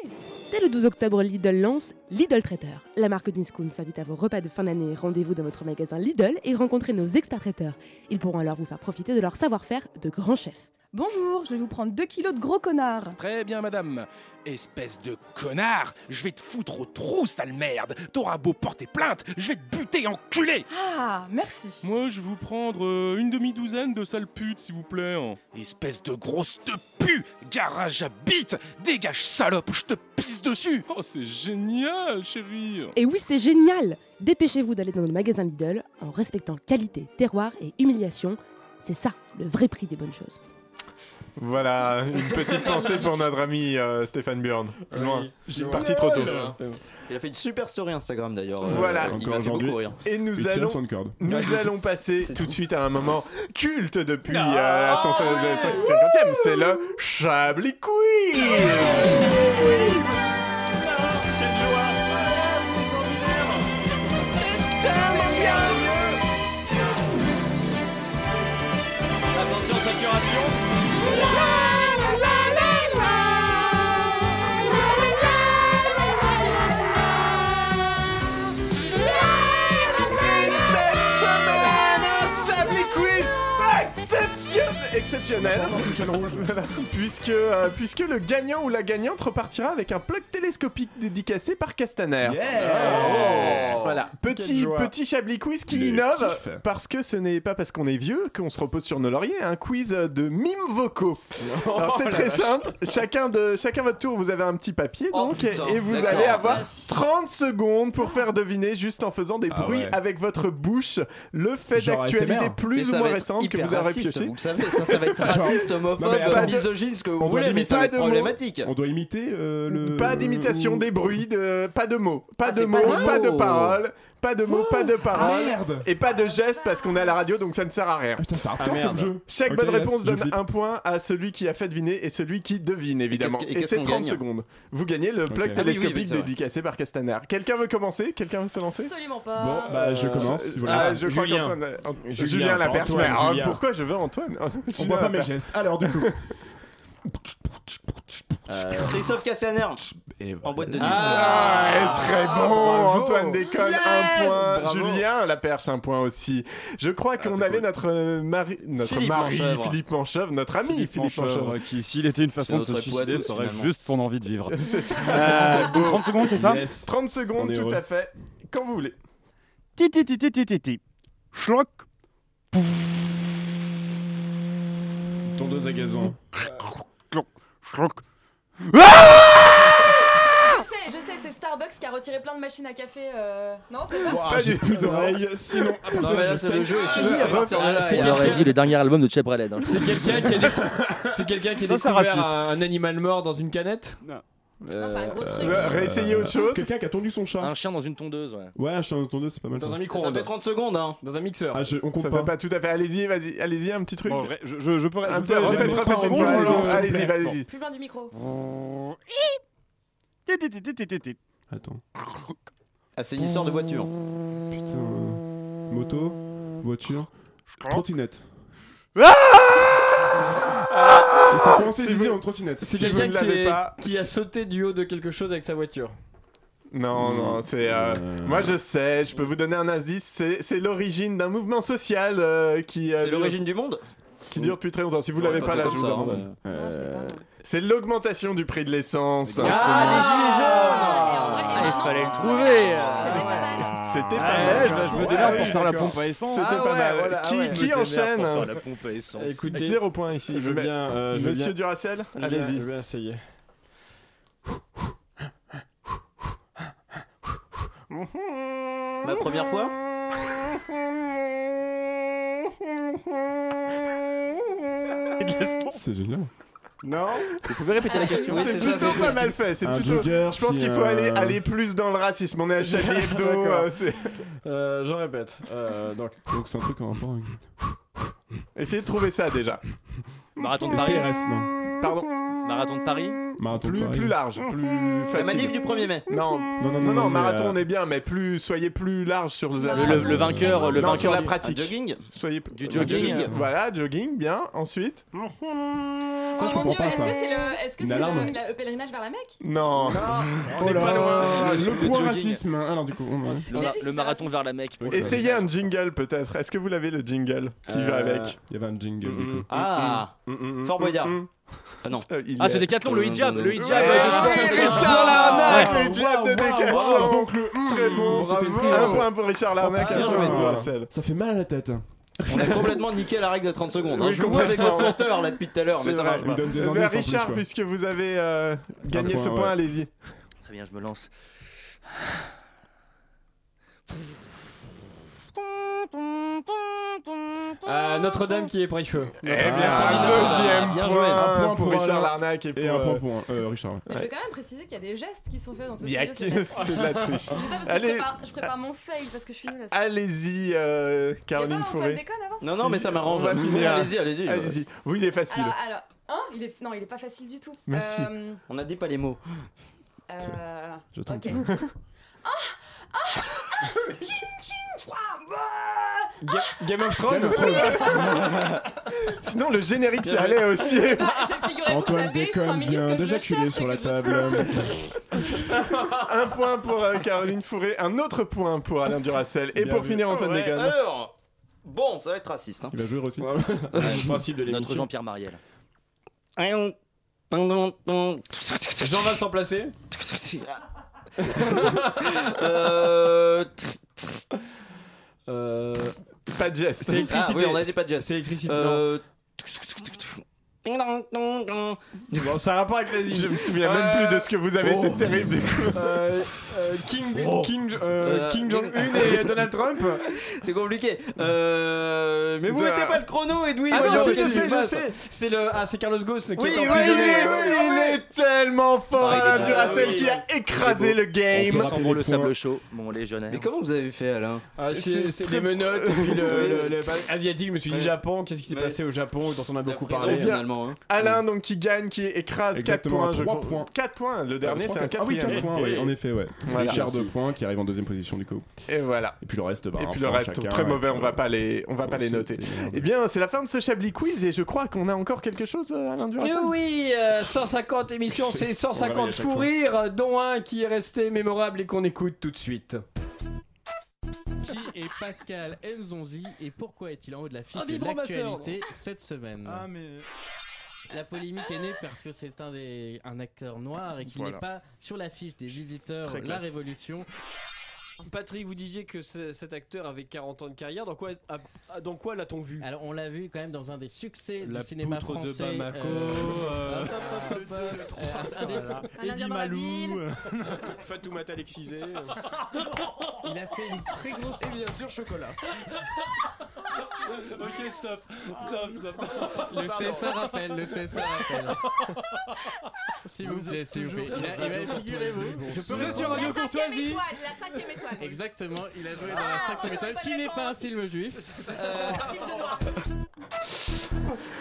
S: Dès le 12 octobre, Lidl lance Lidl Traiteur. La marque Dinscoon s'invite à vos repas de fin d'année. Rendez-vous dans votre magasin Lidl et rencontrez nos experts traiteurs. Ils pourront alors vous faire profiter de leur savoir-faire de grands chefs.
R: Bonjour, je vais vous prendre 2 kilos de gros connards
Q: Très bien, madame. Espèce de connard Je vais te foutre au trou, sale merde T'auras beau porter plainte, je vais te buter, enculé
R: Ah, merci
Q: Moi, je vais vous prendre euh, une demi-douzaine de sales putes, s'il vous plaît. hein. Espèce de grosse de pu Garage à bite Dégage, salope, ou je te pisse dessus Oh, c'est génial, chérie
S: Et oui, c'est génial Dépêchez-vous d'aller dans le magasin Lidl en respectant qualité, terroir et humiliation. C'est ça, le vrai prix des bonnes choses.
A: Voilà,
D: [laughs]
A: une petite pensée pour notre ami euh, Stéphane Burn. Loin.
P: J'ai
A: J'ai parti trop tôt.
P: Il a fait une super story Instagram d'ailleurs. euh,
A: Voilà,
P: il m'a fait beaucoup rire.
A: Et nous allons, nous allons passer tout de suite à un moment culte depuis
P: Ah,
A: euh, la 150e, c'est le Chablis Quiz.
M: Attention, saturation.
A: Cette semaine, un Chablis Quiz exception- exceptionnel Voilà. [laughs] puisque, euh, puisque le gagnant ou la gagnante repartira avec un plug télescopique dédicacé par Castaner.
C: Yeah.
A: Oh. Voilà,
C: Quelle
A: petit
C: joie.
A: petit Chablis Quiz qui
C: Le
A: innove
C: kiff.
A: parce que ce n'est pas parce qu'on est vieux qu'on se repose sur nos lauriers, un quiz de mimes vocaux. Alors c'est
C: la
A: très
C: vache.
A: simple, chacun de chacun votre tour, vous avez un petit papier
C: Oh,
A: donc et-
C: putain.
A: et vous
C: D'accord.
A: allez avoir
C: Vache.
A: 30 secondes pour faire deviner juste en faisant des
P: Ah
A: bruits
P: ouais.
A: avec votre bouche le fait
P: Genre
A: d'actualité
P: ASMR. Mais
A: plus
P: ça
A: ou moins
P: va être
A: récente que
P: hyper
A: vous avez
P: raciste,
A: pioché.
P: vous le savez, ça, ça va
A: [laughs]
P: être raciste, homophobe,
A: pas de-
P: misogyne, ce que vous
A: on doit
P: voulez, mais
A: limiter-
P: ça va
A: pas
P: être
A: de mots.
P: problématique.
L: On doit imiter euh, le.
A: Pas d'imitation des bruits, de... pas de mots, pas de
P: Ah, c'est
A: mots, pas
P: pas des
A: de
P: mots.
A: paroles, pas de mots, pas de paroles,
L: ah, merde.
A: et pas de gestes parce qu'on est à la radio donc ça ne sert à rien.
L: hardcore Ah, merde. comme jeu.
A: Chaque
L: Ok,
A: bonne
L: là,
A: réponse
L: je
A: donne
L: flippe.
A: un point à celui qui a fait deviner et celui qui devine évidemment.
P: qu'est-ce que-
A: Et,
P: et qu'est-ce
A: c'est
P: qu'on
A: 30
P: gagne
A: secondes. Vous gagnez le plug
P: Ah oui, oui, oui,
A: télescopique
P: c'est vrai.
A: dédicacé par Castaner. Quelqu'un veut commencer Quelqu'un veut se lancer
D: Absolument pas.
A: Bon,
L: bah, je commence, si vous voulez.
A: Ah, je crois
L: Julien.
A: qu'Antoine. euh, Julien,
L: Julien,
A: la perche.
L: Antoine,
A: Mais alors,
L: Julien.
A: pourquoi je veux Antoine [laughs]
L: On voit pas mes gestes. Alors, du coup.
P: Euh, Christophe Castaner en boîte de nuit.
A: Ah, et très bon,
P: bravo.
A: Antoine déconne,
P: Yes
A: un point.
P: Bravo.
A: Julien la perche, un point aussi. Je
T: Ah,
A: crois qu'on avait notre euh, mari, notre
P: Philippe
A: mari,
P: Manchevre.
A: Philippe Manchevre, notre ami Philippe, Manchevre.
T: Manchevre, qui, s'il était une façon de
A: C'est
T: se
A: notre
T: suicider,
A: poitou,
T: ça aurait
A: finalement.
T: juste son envie de vivre.
A: [laughs] C'est ça.
T: Euh, donc 30 secondes, c'est ça
A: Yes. 30
T: On
A: secondes,
T: est
A: tout
T: heureux.
A: à fait. Quand vous voulez.
T: Ti ti ti ti ti ti ti. Schlock.
L: Tondeuse à gazon.
T: Schlock. Schlock.
D: Je sais, [laughs] je sais, c'est Starbucks qui a retiré plein de machines à café. euh, Non, c'est pas.
L: Ah, j'ai plus d'oreilles, sinon.
P: Non, mais là, c'est le jeu.
L: Ah,
P: Ah,
L: ça
P: c'est-
L: va faire mal.
P: Ah,
L: C'est
P: c'est-
L: quelqu'un-
E: aurait dit le dernier album de hein. Cheb Raled.
C: [laughs] C'est quelqu'un qui a, [laughs] décou- c'est quelqu'un qui a
E: Ça, c'est
C: découvert
E: raciste.
C: un animal mort dans une canette Euh,
T: Non.
C: un gros truc.
A: réessayez autre chose.
L: Quelqu'un qui a tondu son chat.
E: Un chien dans une tondeuse, ouais.
L: Ouais, un chien dans une tondeuse, c'est pas mal.
C: Dans
L: ça.
C: un micro-ondes.
P: fait 30 secondes, hein.
C: Dans un mixeur.
L: Ah, je- on compte
A: Ça
L: pas.
A: fait pas tout à fait. Allez-y, vas-y, allez-y, un petit truc.
T: Bon, en vrai, je, je, je peux.
A: Un
T: je
A: petit-
T: peux-
A: refaites,
T: j'ai-
A: refaites une
T: Bon,
A: fois,
T: bon, bon,
A: allez-y,
T: bon,
A: allez-y,
D: Plus loin du micro.
T: bon. Ti ti ti ti ti ti ti.
L: Attends.
P: Ah, c'est une histoire de voiture.
L: Putain. Moto, voiture, trottinette. Et ça a commencé
A: Si
L: à diviser
A: vous-
L: en trottinette.
A: si
C: C'est
A: vous ne
C: quelqu'un qui,
A: l'avez
C: est-
A: pas,
C: qui a sauté du haut de quelque chose avec sa voiture.
A: Non, non, c'est. euh, Moi, je sais, je peux vous donner un indice. C'est c'est l'origine d'un mouvement social euh, qui. euh,
P: C'est
A: dure-
P: l'origine du monde
A: Qui dure depuis très longtemps. Si vous l'avez pas, là, je vous abandonne.
T: Euh,
A: C'est l'augmentation du prix de l'essence.
P: Ah, les gilets jaunes
A: Ah,
P: Ah, Il fallait le trouver
A: C'était
T: Ah
A: pas
T: ouais,
A: mal.
T: je me- je me
A: Ouais,
T: démerde
A: oui,
T: pour faire la
A: d'accord.
T: pompe à essence.
A: C'était
T: Ah
A: pas
T: ouais,
A: mal.
T: voilà,
A: qui
T: ah ouais. Je me
A: qui
T: démerde
A: enchaîne
T: pour
A: hein
T: faire la pompe à essence. Écoutez,
A: Zéro point ici.
T: je veux
A: Mais-
T: bien, euh, je veux
A: Monsieur
T: bien-
A: Duracell,
T: je veux bien-
A: allez-y.
T: je veux bien
A: essayer.
P: La première
A: [laughs]
P: fois
L: C'est génial.
C: Non
A: Vous pouvez répéter
P: la question
A: C'est
P: Oui, c'est ça,
A: plutôt
P: c'est
A: pas
P: ça.
A: mal fait. C'est
L: Un
A: plutôt.
L: jogger,
A: Je pense
L: puis,
A: qu'il faut
L: euh,
A: aller aller plus dans le racisme. On est à Chablis
T: [laughs]
A: Hebdo.
L: D'accord.
A: euh, c'est-
C: Euh, J'en répète. Euh, donc.
L: Donc c'est un truc en rapport avec.
A: Essayez de trouver ça déjà.
P: Marathon de
L: Le
P: Paris.
L: CRS, non.
P: Pardon. Marathon de Paris.
L: Marathon de
A: plus,
L: Paris.
A: plus large, plus facile.
P: manif du 1er mai.
A: Non, non, non, non,
L: non, mais,
A: marathon
L: euh,
A: on est bien, mais plus, soyez plus large sur le,
P: Le- le- le vainqueur- le
A: Non,
P: vainqueur
A: sur la
P: du-
A: pratique.
P: un jogging
A: soyez p-
P: Du
A: euh,
P: jogging.
A: Voilà, jogging, bien. Ensuite,
D: Ça,
A: je comprends pas,
D: Oh Est-ce
A: ça.
D: que c'est le, est-ce que
A: Une
D: c'est
A: alarme
D: le, la- le pèlerinage vers la Mecque
A: [laughs] non.
L: Oh
A: on est
L: là
A: pas
L: là,
A: loin.
L: Le point
A: jogging.
L: racisme.
A: hein.
L: Alors du coup, on va-
P: Le, le marathon vers la Mecque.
A: Essayez un jingle peut-être. Est-ce que vous l'avez le jingle qui va
P: Euh,
A: avec
L: Il y avait un jingle. du coup.
P: Ah Fort Boyard. Ah non.
A: Euh, Il
P: Ah,
A: est-
P: c'est Décathlon, le hijab. Le hijab. euh,
A: Ouais, oui, Richard Larnac,
P: Ouais.
A: le jab de Décathlon. Très bon.
L: C'était euh, une
A: Bravo.
L: prise.
A: Un point pour Richard Larnac.
L: Ah,
A: un point pour
L: voilà.
A: Marcel.
L: Ça fait mal à la tête. hein.
P: On a complètement niqué la règle de 30 secondes. hein.
A: Oui,
P: Je vous vois avec votre
A: complètement.
P: compteur là depuis tout à l'heure,
A: C'est
P: mais ça
A: vrai.
P: marche pas.
L: donne des
A: Eh ben,
L: indices en plus,
A: Richard,
L: quoi.
A: puisque vous avez euh, gagné
L: point,
A: ce point,
L: ouais.
A: allez-y.
P: Eh,
E: Très bien, je me lance.
C: Euh, Notre-Dame qui est pris feu.
A: Eh bien,
C: Ah,
A: un deuxième
C: bien joué.
A: point,
L: Un point
A: pour
L: pour
A: Richard
L: Alain.
A: Larnac et pour.
L: Et un point
A: euh,
L: pour euh, Richard. ouais.
D: Mais je veux quand même préciser qu'il y a des gestes qui sont faits dans ce
A: Il y a
D: studio,
A: que-
D: c'est
A: [laughs] c'est de la triche.
D: [laughs] Je dis ça parce que
A: Allez.
D: je, prépare, je prépare mon fail parce que je suis nulle à ça.
A: Allez-y, euh, Caroline
D: Antoine
A: Fauré.
D: Déconne avant
P: Non, non, mais ça m'arrange. [laughs]
A: On va finir.
P: Allez-y, allez-y.
A: Allez-y. Oui, il est facile.
D: Alors, alors, hein, il est, non, il est pas facile du tout.
A: Merci.
D: Euh,
P: On a dit pas les mots.
D: euh,
P: Je
D: ok.
P: tente.
D: Ah, ah, ah, tching, tching, trois, bah.
C: Game of Thrones. [laughs]
A: Sinon, le générique, ça allait aussi.
D: Bah,
C: Ah,
D: j'ai- figurez-vous, vous
L: Antoine
D: savez, cinq
L: Déconne
D: minutes
L: vient
D: que je le
L: d'éjaculer
D: cherche
L: sur
D: et
L: la
D: que je le
L: table.
A: un point pour euh, Caroline Fourré, un autre point pour Alain Duracel et
L: Bien
A: pour
L: vu.
A: finir Antoine
P: Ouais,
A: Degan.
P: Alors, bon, ça va être raciste. Hein.
L: Il va jouer aussi.
P: Le
C: principe de
E: Notre Jean-Pierre Mariel.
C: Jean-Vincent Placé.
P: euh...
C: Euh...
A: Pas de geste.
P: C'est électricité. Ah oui, on a dit pas de geste.
C: C'est électricité.
P: Euh...
C: non. Bon, ça a rapport avec l'Asie.
A: Je me souviens même plus de ce que vous avez, c'est terrible du coup.
C: oh. Euh, euh, King,
P: Oh.
C: King, euh,
P: Euh,
C: King Jong-un et [laughs] Donald Trump.
P: C'est compliqué. Euh... Mais vous
C: De-
P: mettez pas le chrono, Edoui.
C: Ah non,
P: voyons
C: si,
P: qu'est-ce
C: je sais,
P: qui se
C: je
P: passe.
C: sais. C'est le, ah, c'est Carlos Ghosn qui
A: Oui,
C: est
A: oui, il
C: emprisonné.
A: est, il est tellement fort,
P: Ah, il est
C: hein,
A: Alain
P: bon.
A: Duracel,
P: Ah, oui.
A: qui a écrasé le game.
E: On pour le sable chaud, mon légionnaire.
P: Mais comment vous avez fait, Alain
C: Ah, c'est
A: C'est
C: c'est
A: très-
C: les menottes
A: [laughs]
C: et puis le,
P: Oui.
C: le- le- bah, asiatique. Je me suis dit
P: Ouais.
C: Japon. Qu'est-ce qui s'est
P: Ouais.
C: passé au Japon dont on a beaucoup
P: prison,
C: parlé
A: Eh bien,
P: finalement. hein.
A: Alain donc qui gagne, qui écrase 4
L: Exactement,
A: points,
L: à
A: je
L: trois
A: crois.
L: points.
A: 4 points, le dernier c'est un
L: Ah oui,
A: 4
L: 4 points, oui, en effet, ouais.
A: Voilà.
L: Richard
A: Merci.
L: 2 points qui arrive en deuxième position du coup.
A: Et voilà.
L: Et puis le reste, bah,
A: Et
L: un
A: puis le
L: point
A: reste,
L: chacun,
A: très
L: et
A: mauvais,
L: puis,
A: on va pas les, on va pas les
L: c'est-
A: noter. Eh bien, c'est la fin de ce Chablis Quiz et je crois qu'on a encore quelque chose, euh, Alain
C: Eh
A: Duracel.
C: oui, euh, 150
L: [laughs]
C: émissions, c'est 150
L: chaque
C: fous
L: fois.
C: rires, dont un qui est resté mémorable et qu'on écoute tout de suite.
M: Qui est Pascal Nzonzi et pourquoi est-il en haut de la fiche
O: Un
M: de
O: vibromasseur.
M: l'actualité cette semaine
O: Ah, mais.
M: La polémique est née parce que c'est un, des, un acteur noir et qu'il
O: Voilà.
M: n'est pas sur l'affiche des visiteurs
O: Très
M: La
O: classe.
M: Révolution.
C: Patrick, vous disiez que ce- cet acteur avait 40 ans de carrière. Dans quoi, a- a- dans quoi l'a-t-on vu
M: Alors on l'a vu quand même dans un des succès
O: La
M: du cinéma
O: poutre de
M: français.
O: Bamako, euh,
M: [laughs] hop, hop, hop, hop, hop, euh, un des-
I: Indien dans la ville.
C: [laughs] Fatoumata Alexisé.
M: Il a fait une très grosse.
T: Et bien sûr, chocolat. ok, stop. Stop, stop.
M: Le CSA rappelle, le CSA
C: [laughs]
M: rappelle. S'il vous
T: Vous
M: plaît,
T: êtes
M: s'il vous plaît.
T: toujours
M: Il a,
T: sur Radio
M: il a- figurez-vous, je peux
T: Vous êtes sur
C: [laughs]
T: Radio
M: répondre.
T: Courtoisie.
D: la cinquième étoile.
M: Exactement, il a joué dans la cinquième étoile, qui n'est pas un film juif. Euh,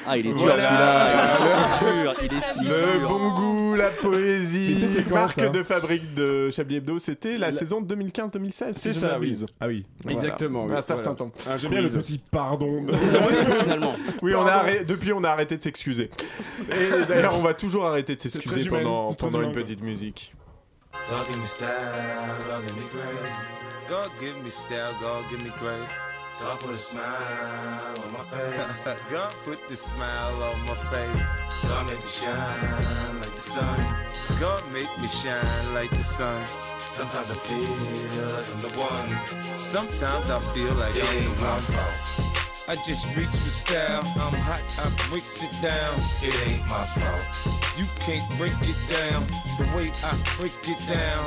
E: Ah, il est dur
A: Voilà. Ah,
E: celui-là. Il est si dur. Il est si
A: Le
E: dur.
A: bon goût, la poésie,
L: Mais c'était quand,
A: marque
L: ça
A: de fabrique de Chablis Hebdo, c'était la, saison 2015-2016. si
L: C'est
A: je
L: ça, oui.
A: m'abuse.
L: Ah oui.
A: Voilà.
C: Exactement, oui,
A: Un certain
C: voilà.
A: temps.
L: Ah, J'aime bien le
A: Quiz.
L: petit [laughs] pardon.
Q: [laughs]
P: Finalement.
A: Oui, on a arrêté- depuis on a arrêté de s'excuser. Et d'ailleurs, on va toujours arrêter de
L: très
A: s'excuser
L: humain,
A: pendant,
L: c'est très
A: pendant
L: humain,
A: une
L: quoi.
A: petite musique.
U: God give me style, God give me grace. God give me style, God give me grace. God put a smile on my face. [laughs] God put the smile on my face. God make me shine like the sun. God make me shine like the sun. Sometimes I feel like I'm the one. Sometimes I feel like it ain't my fault. I just reach for style. I'm hot, I breaks it down. It ain't my fault. You can't break it down the way I break it down.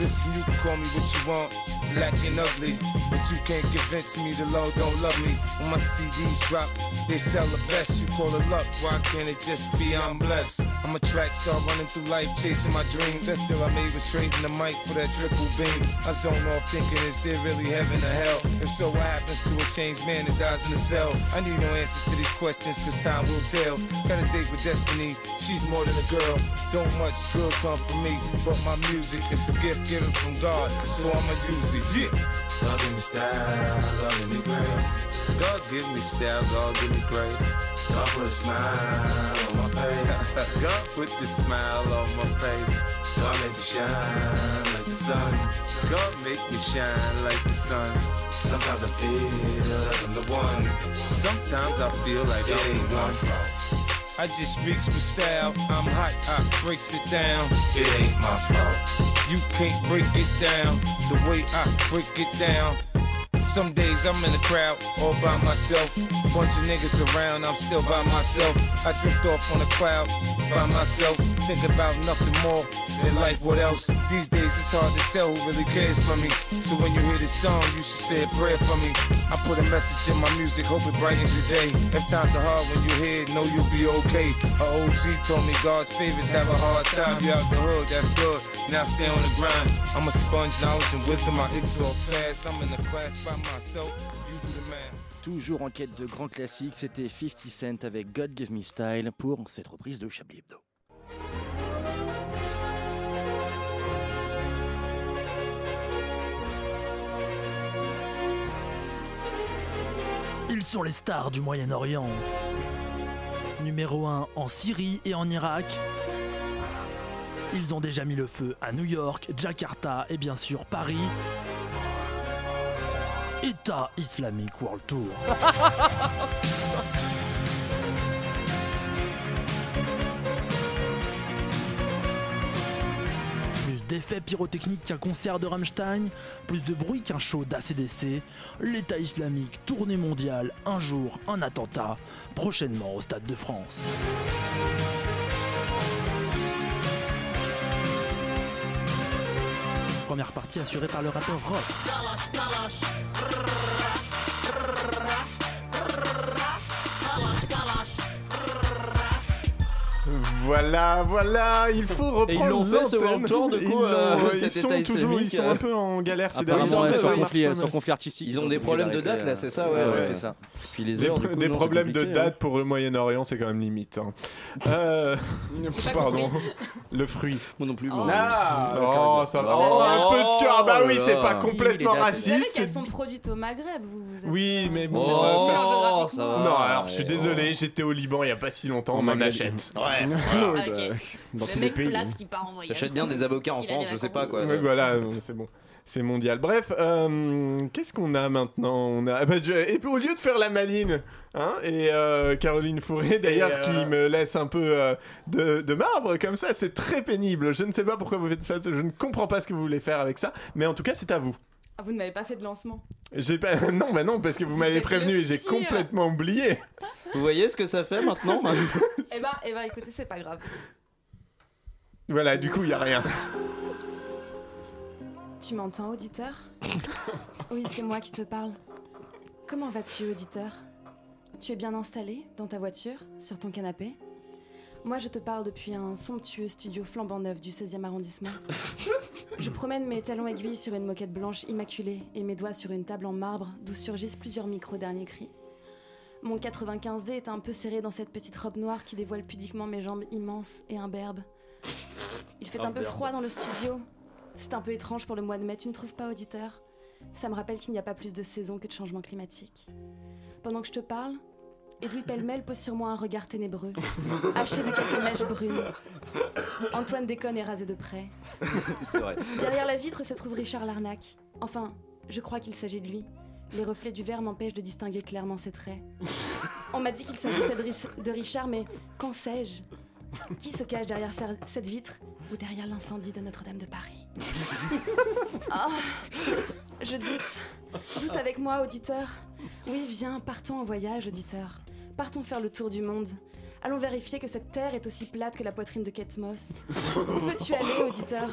U: Listen, you call me what you want, black and ugly, but you can't convince me the law don't love me. When my CDs drop, they sell the best. You call it luck, why can't it just be I'm blessed? I'm a track star running through life, chasing my dream. That still I made was trading the mic for that triple beam. I zone off thinking, is there really heaven or hell? If so, what happens to a changed man that dies in a cell? I need no answers to these questions, cause time will tell. Got a date with destiny, she's more than a girl. Don't much good come from me, but my music is a gift given from God, so I'ma use it. Yeah. God give me style, God give me grace. God give me style, God give me grace. God put a smile on my face. [laughs] God put the smile on my face. God make me shine like the sun. God make me shine like the sun. Sometimes I feel like I'm the one. Sometimes I feel like it ain't one. I just reach for style. I'm hot, I breaks it down. It ain't my fault. You can't break it down the way I break it down. Some days I'm in the crowd all by myself. Bunch of niggas around, I'm still by myself. I drift off on a cloud by myself. Think about nothing more than life, what else? These days it's hard to tell who really cares for me. So when you hear this song, you should say a prayer for me. I put a message in my music, hope it brightens your day. If times are hard when you hear it, know you'll be okay. A OG told me God's favors have a hard time. You out the hood, that's good. Now stay on the grind. I'm a sponge, knowledge and wisdom. I exhort fast. I'm in the class by myself. You do the man.
E: Toujours en quête de grands classiques, c'était 50 Cent avec God Give Me Style pour cette reprise de Chablis Hebdo.
V: Ils sont les stars du Moyen-Orient. Numéro 1 en Syrie et en Irak. Ils ont déjà mis le feu à New York, Jakarta et bien sûr Paris. État islamique World Tour. Plus d'effets pyrotechniques qu'un concert de Rammstein, plus de bruit qu'un show d'ACDC, l'État islamique, tournée mondiale, un jour, un attentat, prochainement au Stade de France. Première partie assurée par le rappeur Rock.
A: Voilà, voilà, il faut
B: Et ils
A: reprendre
B: l'ont fait, ce
A: l'antenne.
B: World Tour, du
A: Ils
B: coup,
A: l'ont,
B: euh,
A: ouais, ils
B: cet
A: sont
B: état
A: toujours, ils
B: islamique,
A: sont
B: euh,
A: un peu en galère ces
B: apparemment, ils
A: derniers
B: ont
A: temps,
B: un
A: ça
B: conflit-
A: marche
B: ils
A: pas,
B: ont
A: mais-
B: des problèmes
E: artistique.
B: Ils ont des problèmes de
A: euh.
B: date, là, c'est ça, ouais, ouais, c'est ça. Puis les
A: Ah des
B: heures,
A: pro-
B: du coup,
A: des
B: non, c'est
A: problèmes de
B: compliqué,
A: date
B: hein.
A: pour le Moyen-Orient, c'est quand même
B: [laughs]
A: limite. hein. Euh,
B: J'ai pas
A: Pardon.
B: compris.
A: [laughs] Le fruit.
B: Moi non plus.
A: Oh,
B: moi. Ah,
A: oh, ça va. [laughs] Oh, un peu de cœur. Bah oui, c'est pas complètement
D: Vous savez
A: raciste.
D: qu'elles
A: c'est-
D: sont produites au Maghreb. Vous, vous êtes-
A: Oui, mais bon.
D: Oh,
A: c'est pas
D: ça
B: va.
A: Non, alors je suis
B: Oh.
A: désolé, j'étais au Liban il y a pas si longtemps,
B: Au
A: on en
B: Maghreb.
A: achète.
B: [laughs]
A: Ouais.
B: Ouais,
A: voilà.
B: bah, dans
D: Le
B: tous
D: mec
B: les pays,
D: place
B: hein.
D: qui part en voyage.
B: J'achète bien des avocats en
D: Qu'il a
B: France,
D: des
B: je sais pas quoi.
A: Oui, voilà, non, c'est bon. C'est mondial. Bref, euh, qu'est-ce qu'on a maintenant On a, ah bah, je- et puis, au lieu de faire la maline, hein, et euh, Caroline Fourré d'ailleurs
L: euh,
A: qui me laisse un peu euh, de, de marbre comme ça, c'est très pénible. Je ne sais pas pourquoi vous faites ça, je ne comprends pas ce que vous voulez faire avec ça, mais en tout cas c'est à vous.
D: Ah, vous ne m'avez pas fait de
A: [laughs]
D: lancement.
A: J'ai pas, non, bah non, parce que vous m'avez
D: faites
A: prévenu
D: le
A: et j'ai
D: pire.
A: complètement oublié.
B: Vous voyez ce que ça fait maintenant
D: eh bah, eh bah, écoutez, c'est pas grave.
A: [laughs] Voilà, du coup il y a rien.
D: Tu m'entends,
A: [laughs]
D: auditeur Oui, c'est moi qui te parle. Comment vas-tu, auditeur Tu es bien installé dans ta voiture, sur ton canapé Moi, je te parle depuis un somptueux studio flambant neuf du 16e arrondissement. Je promène mes talons aiguilles sur une moquette blanche immaculée et mes doigts sur une table en marbre d'où surgissent plusieurs micros dernier cri. Mon 95D est un peu serré dans cette petite robe noire qui dévoile pudiquement mes jambes immenses et imberbes. Il fait un peu
J: Imberbe.
D: froid dans le studio. C'est un peu étrange pour le mois de mai, tu ne trouves pas, auditeur Ça me rappelle qu'il n'y a pas plus de saison que de changement climatique. Pendant que je te parle, Edoui Pellemel pose sur moi un regard ténébreux, haché de quelques mèches brunes. Antoine Déconne est rasé de près.
B: [laughs] C'est vrai.
D: Derrière la vitre se trouve Richard Larnac. Enfin, je crois qu'il s'agit de lui. Les reflets du verre m'empêchent de distinguer clairement ses traits. On m'a dit qu'il s'agissait de, Ris- de Richard, mais qu'en sais-je Qui se cache derrière sa- cette vitre ou derrière l'incendie de Notre-Dame de Paris Ah, Je doute. Doute avec moi, auditeur. Oui, viens, partons en voyage, auditeur. Partons faire le tour du monde. Allons vérifier que cette terre est aussi plate que la poitrine de Kate Moss. Où veux-tu aller, auditeur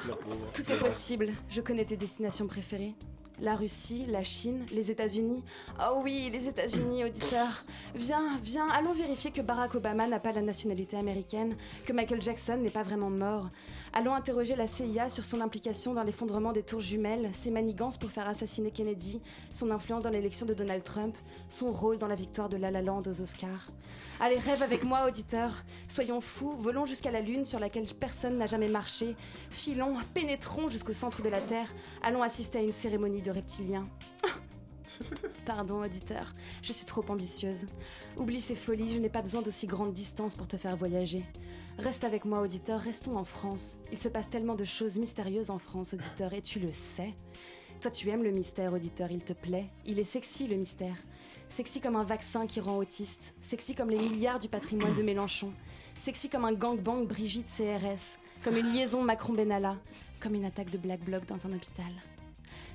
D: Tout est possible. Je connais tes destinations préférées. La Russie, la Chine, les États-Unis. Oh oui, les États-Unis, auditeur. Viens, viens, allons vérifier que Barack Obama n'a pas la nationalité américaine, que Michael Jackson n'est pas vraiment mort. Allons interroger la CIA sur son implication dans l'effondrement des tours jumelles, ses manigances pour faire assassiner Kennedy, son influence dans l'élection de Donald Trump, son rôle dans la victoire de La La Land aux Oscars. Allez, rêve avec moi, auditeur. Soyons fous, volons jusqu'à la Lune sur laquelle personne n'a jamais marché. Filons, pénétrons jusqu'au centre de la Terre. Allons assister à une cérémonie de reptiliens. [laughs] Pardon, auditeur, je suis trop ambitieuse. Oublie ces folies, je n'ai pas besoin d'aussi grande distance pour te faire voyager. Reste avec moi, auditeur, restons en France. Il se passe tellement de choses mystérieuses en France, auditeur, et tu le sais. Toi, tu aimes le mystère, auditeur, il te plaît. Il est sexy, le mystère. Sexy comme un vaccin qui rend autiste. Sexy comme les milliards du patrimoine de Mélenchon. Sexy comme un gangbang Brigitte CRS. Comme une liaison Macron-Benalla. Comme une attaque de Black Bloc dans un hôpital.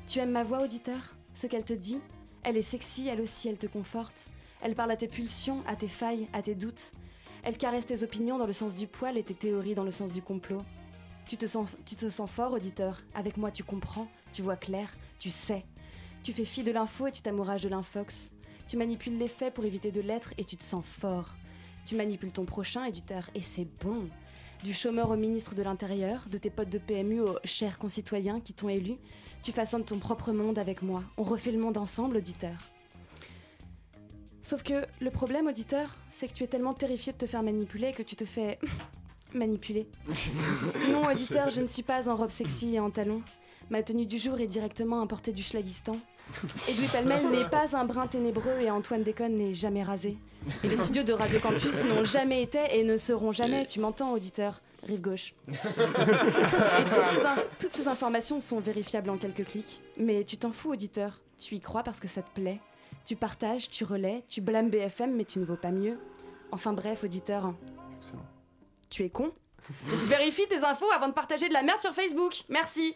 D: Tu aimes ma voix, auditeur Ce qu'elle te dit Elle est sexy, elle aussi, elle te conforte. Elle parle à tes pulsions, à tes failles, à tes doutes. Elle caresse tes opinions dans le sens du poil et tes théories dans le sens du complot. Tu te sens, tu te sens fort, auditeur. Avec moi, tu comprends, tu vois clair, tu sais. Tu fais fi de l'info et tu t'amourages de l'infox. Tu manipules les faits pour éviter de l'être et tu te sens fort. Tu manipules ton prochain éditeur et c'est bon. Du chômeur au ministre de l'Intérieur, de tes potes de PMU aux chers concitoyens qui t'ont élu, tu façonnes ton propre monde avec moi. On refait le monde ensemble, auditeur. Sauf que le problème, auditeur, c'est que tu es tellement terrifié de te faire manipuler que tu te fais [laughs] manipuler. [laughs] Non, auditeur, je ne suis pas en robe sexy et en talons. Ma tenue du jour est directement importée du Schlagistan. Edoui Palmel n'est pas un brin ténébreux et Antoine Déconne n'est jamais rasé. Et les studios de Radio Campus n'ont jamais été et ne seront jamais, tu m'entends, auditeur, rive gauche. Et toutes ces, in- toutes ces informations sont vérifiables en quelques clics. Mais tu t'en fous, auditeur. Tu y crois parce que ça te plaît. Tu partages, tu relais, tu blâmes BFM, mais tu ne vaux pas mieux. Enfin bref, auditeur, tu es con Vérifie tes infos avant de partager de la merde sur Facebook. Merci.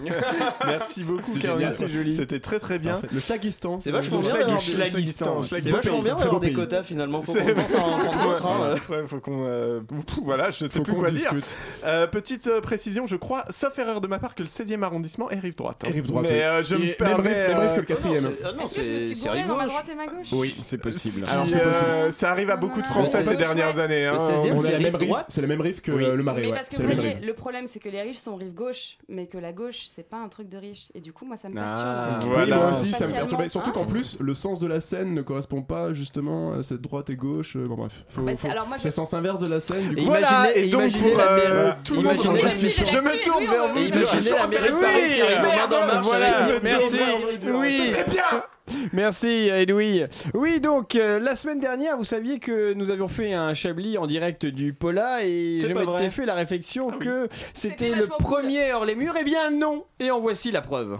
A: [laughs] Merci beaucoup, Caroline.
C: c'est joli.
A: C'était très très bien.
C: Le Tagistan.
P: C'est vachement bien d'avoir des- C'est vachement bien d'avoir des quotas finalement. Faut qu'on commence à en prendre d'autres. hein.
A: Ouais, faut qu'on. euh, pff, Voilà, je ne sais plus
P: qu'on
A: quoi dire.
P: discute.
A: Euh, Petite euh, précision, je crois, sauf erreur de ma part, que le 16e arrondissement est rive droite. hein.
P: Est rive droite,
A: Mais
P: oui.
A: euh, je
P: Il est
A: me
P: même
A: permets.
P: rive- même rive que le
A: euh,
P: quatrième. Ah non,
D: Est-ce que je me
P: c'est-
D: suis
P: c'est
D: gourée
P: rive
D: dans ma
P: gauche.
D: droite et ma gauche
A: Oui, c'est possible.
L: Alors,
A: Qui,
L: c'est possible.
A: euh, ça arrive à beaucoup de
P: Ah.
A: Français ces dernières années. hein.
L: On a la même rive- C'est la même rive que euh, le marais.
D: Mais
L: ouais.
D: parce que
L: C'est
D: vous
L: la même
D: voyez,
L: rive.
D: le problème c'est que les riches sont rive gauche, mais que la gauche c'est pas un truc de riche. Et du coup, moi ça me perturbe.
C: Ah,
L: Oui, moi aussi, ça me perturbait. Surtout qu'en plus, le sens de la scène ne correspond pas justement à cette droite et gauche. euh, Bon, bref. Faut,
D: Bah, c'est-
L: faut-
D: alors, moi, je-
L: C'est le sens inverse de la scène. Du coup.
A: Voilà, et donc pour euh, tout le monde,
L: Imaginez la discussion.
A: je me tourne vers vous.
L: imaginez
A: parce que
L: la
A: ça
L: mairie de
A: m'intéresse.
L: Paris
A: Oui,
L: qui arrive en main
A: merde,
L: dans le marché.
A: voilà.
L: Je me tourne
C: Merci.
L: vers vous, Edouard.
C: Oui.
A: C'était bien.
C: Merci Edoui. Oui, donc euh, la semaine dernière, vous saviez que nous avions fait un Chablis en direct du Pola et
A: C'est
C: je
A: pas vrai.
C: m'étais fait la réflexion que
A: C'était
C: c'était le
A: vachement cool.
C: premier hors les murs. Eh bien non. Et en voici la preuve.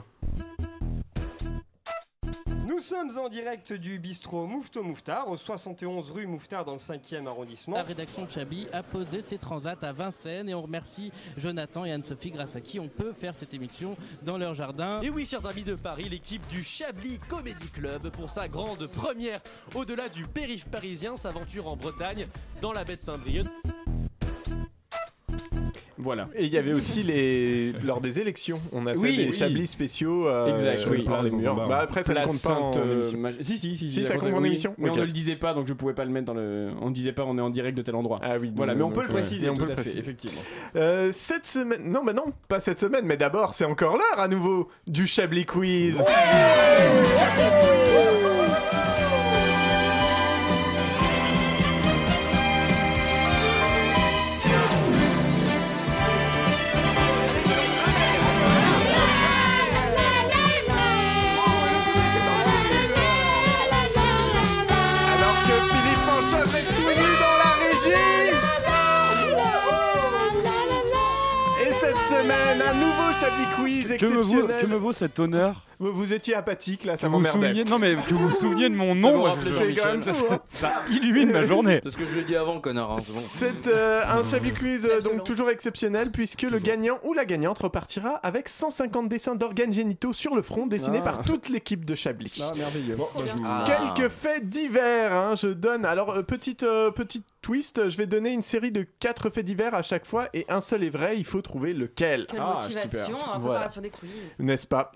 C: Nous sommes en direct du bistrot Moufto Mouftard, au 71 rue Mouftard dans le 5e arrondissement.
M: La rédaction de Chabi a posé ses transats à Vincennes et on remercie Jonathan et Anne-Sophie grâce à qui on peut faire cette émission dans leur jardin.
F: Et oui, chers amis de Paris, l'équipe du Chablis Comedy Club, pour sa grande première au-delà du périph' parisien, s'aventure en Bretagne, dans la baie de Saint-Brieuc.
E: Euh,
A: Voilà. Et il y avait aussi les lors des élections, on a fait
C: Oui,
A: des
C: oui.
A: chablis spéciaux. euh,
C: exact,
A: sur
C: oui.
A: le plan des murs. Bah, après, ça ne
C: La
A: compte pas en
C: Sainte, euh,
A: émission.
C: Maj- Si, si, si.
A: Si, ça
C: raconte-
A: compte en
C: oui.
A: émission.
C: Mais
A: Ok.
C: on ne le disait pas, donc je pouvais pas le mettre dans le. On ne disait pas, on est en direct de tel endroit.
A: Ah oui.
C: Voilà,
A: non,
C: mais on
A: non,
C: peut le
A: c'est vrai.
C: préciser.
A: Mais on peut
C: tout
A: le
C: à fait,
A: préciser.
C: effectivement.
A: Euh, cette semaine, non, bah non, pas cette semaine, mais d'abord, c'est encore l'heure à nouveau du Chablis Quiz. Alors que Philippe Manchot est tout nu dans la régie Et cette semaine, un nouveau Chablis Quiz
G: Que me, vaut,
A: exceptionnel.
G: que me vaut cet honneur
A: Vous, vous étiez apathique là, ça
T: vous
A: m'emmerdait.
T: souveniez- non, mais que vous vous souveniez de mon
A: Ça
T: nom,
A: vous
T: bah,
A: rappelait
T: c'est
A: c'est quand même
P: [laughs]
T: Jean-Michel.
A: fou, hein.
T: Ça illumine ma journée.
B: Parce que je l'ai dit avant, connard. hein, c'est bon.
A: C'est euh, un Chablis Quiz euh, donc toujours exceptionnel puisque le gagnant ou la gagnante repartira avec 150 dessins d'organes génitaux sur le front dessinés
L: Ah.
A: par toute l'équipe de Chablis.
L: Ah, merveilleux. Bon, bah, je vous-
A: Quelques faits divers, hein, je donne. Alors, euh, petite, euh, petite twist, euh, je vais donner une série de 4 faits divers à chaque fois et un seul est vrai, il faut trouver lequel.
D: Quelle
E: Ah,
D: motivation hein, en
A: Voilà.
D: préparation des quiz.
A: N'est-ce pas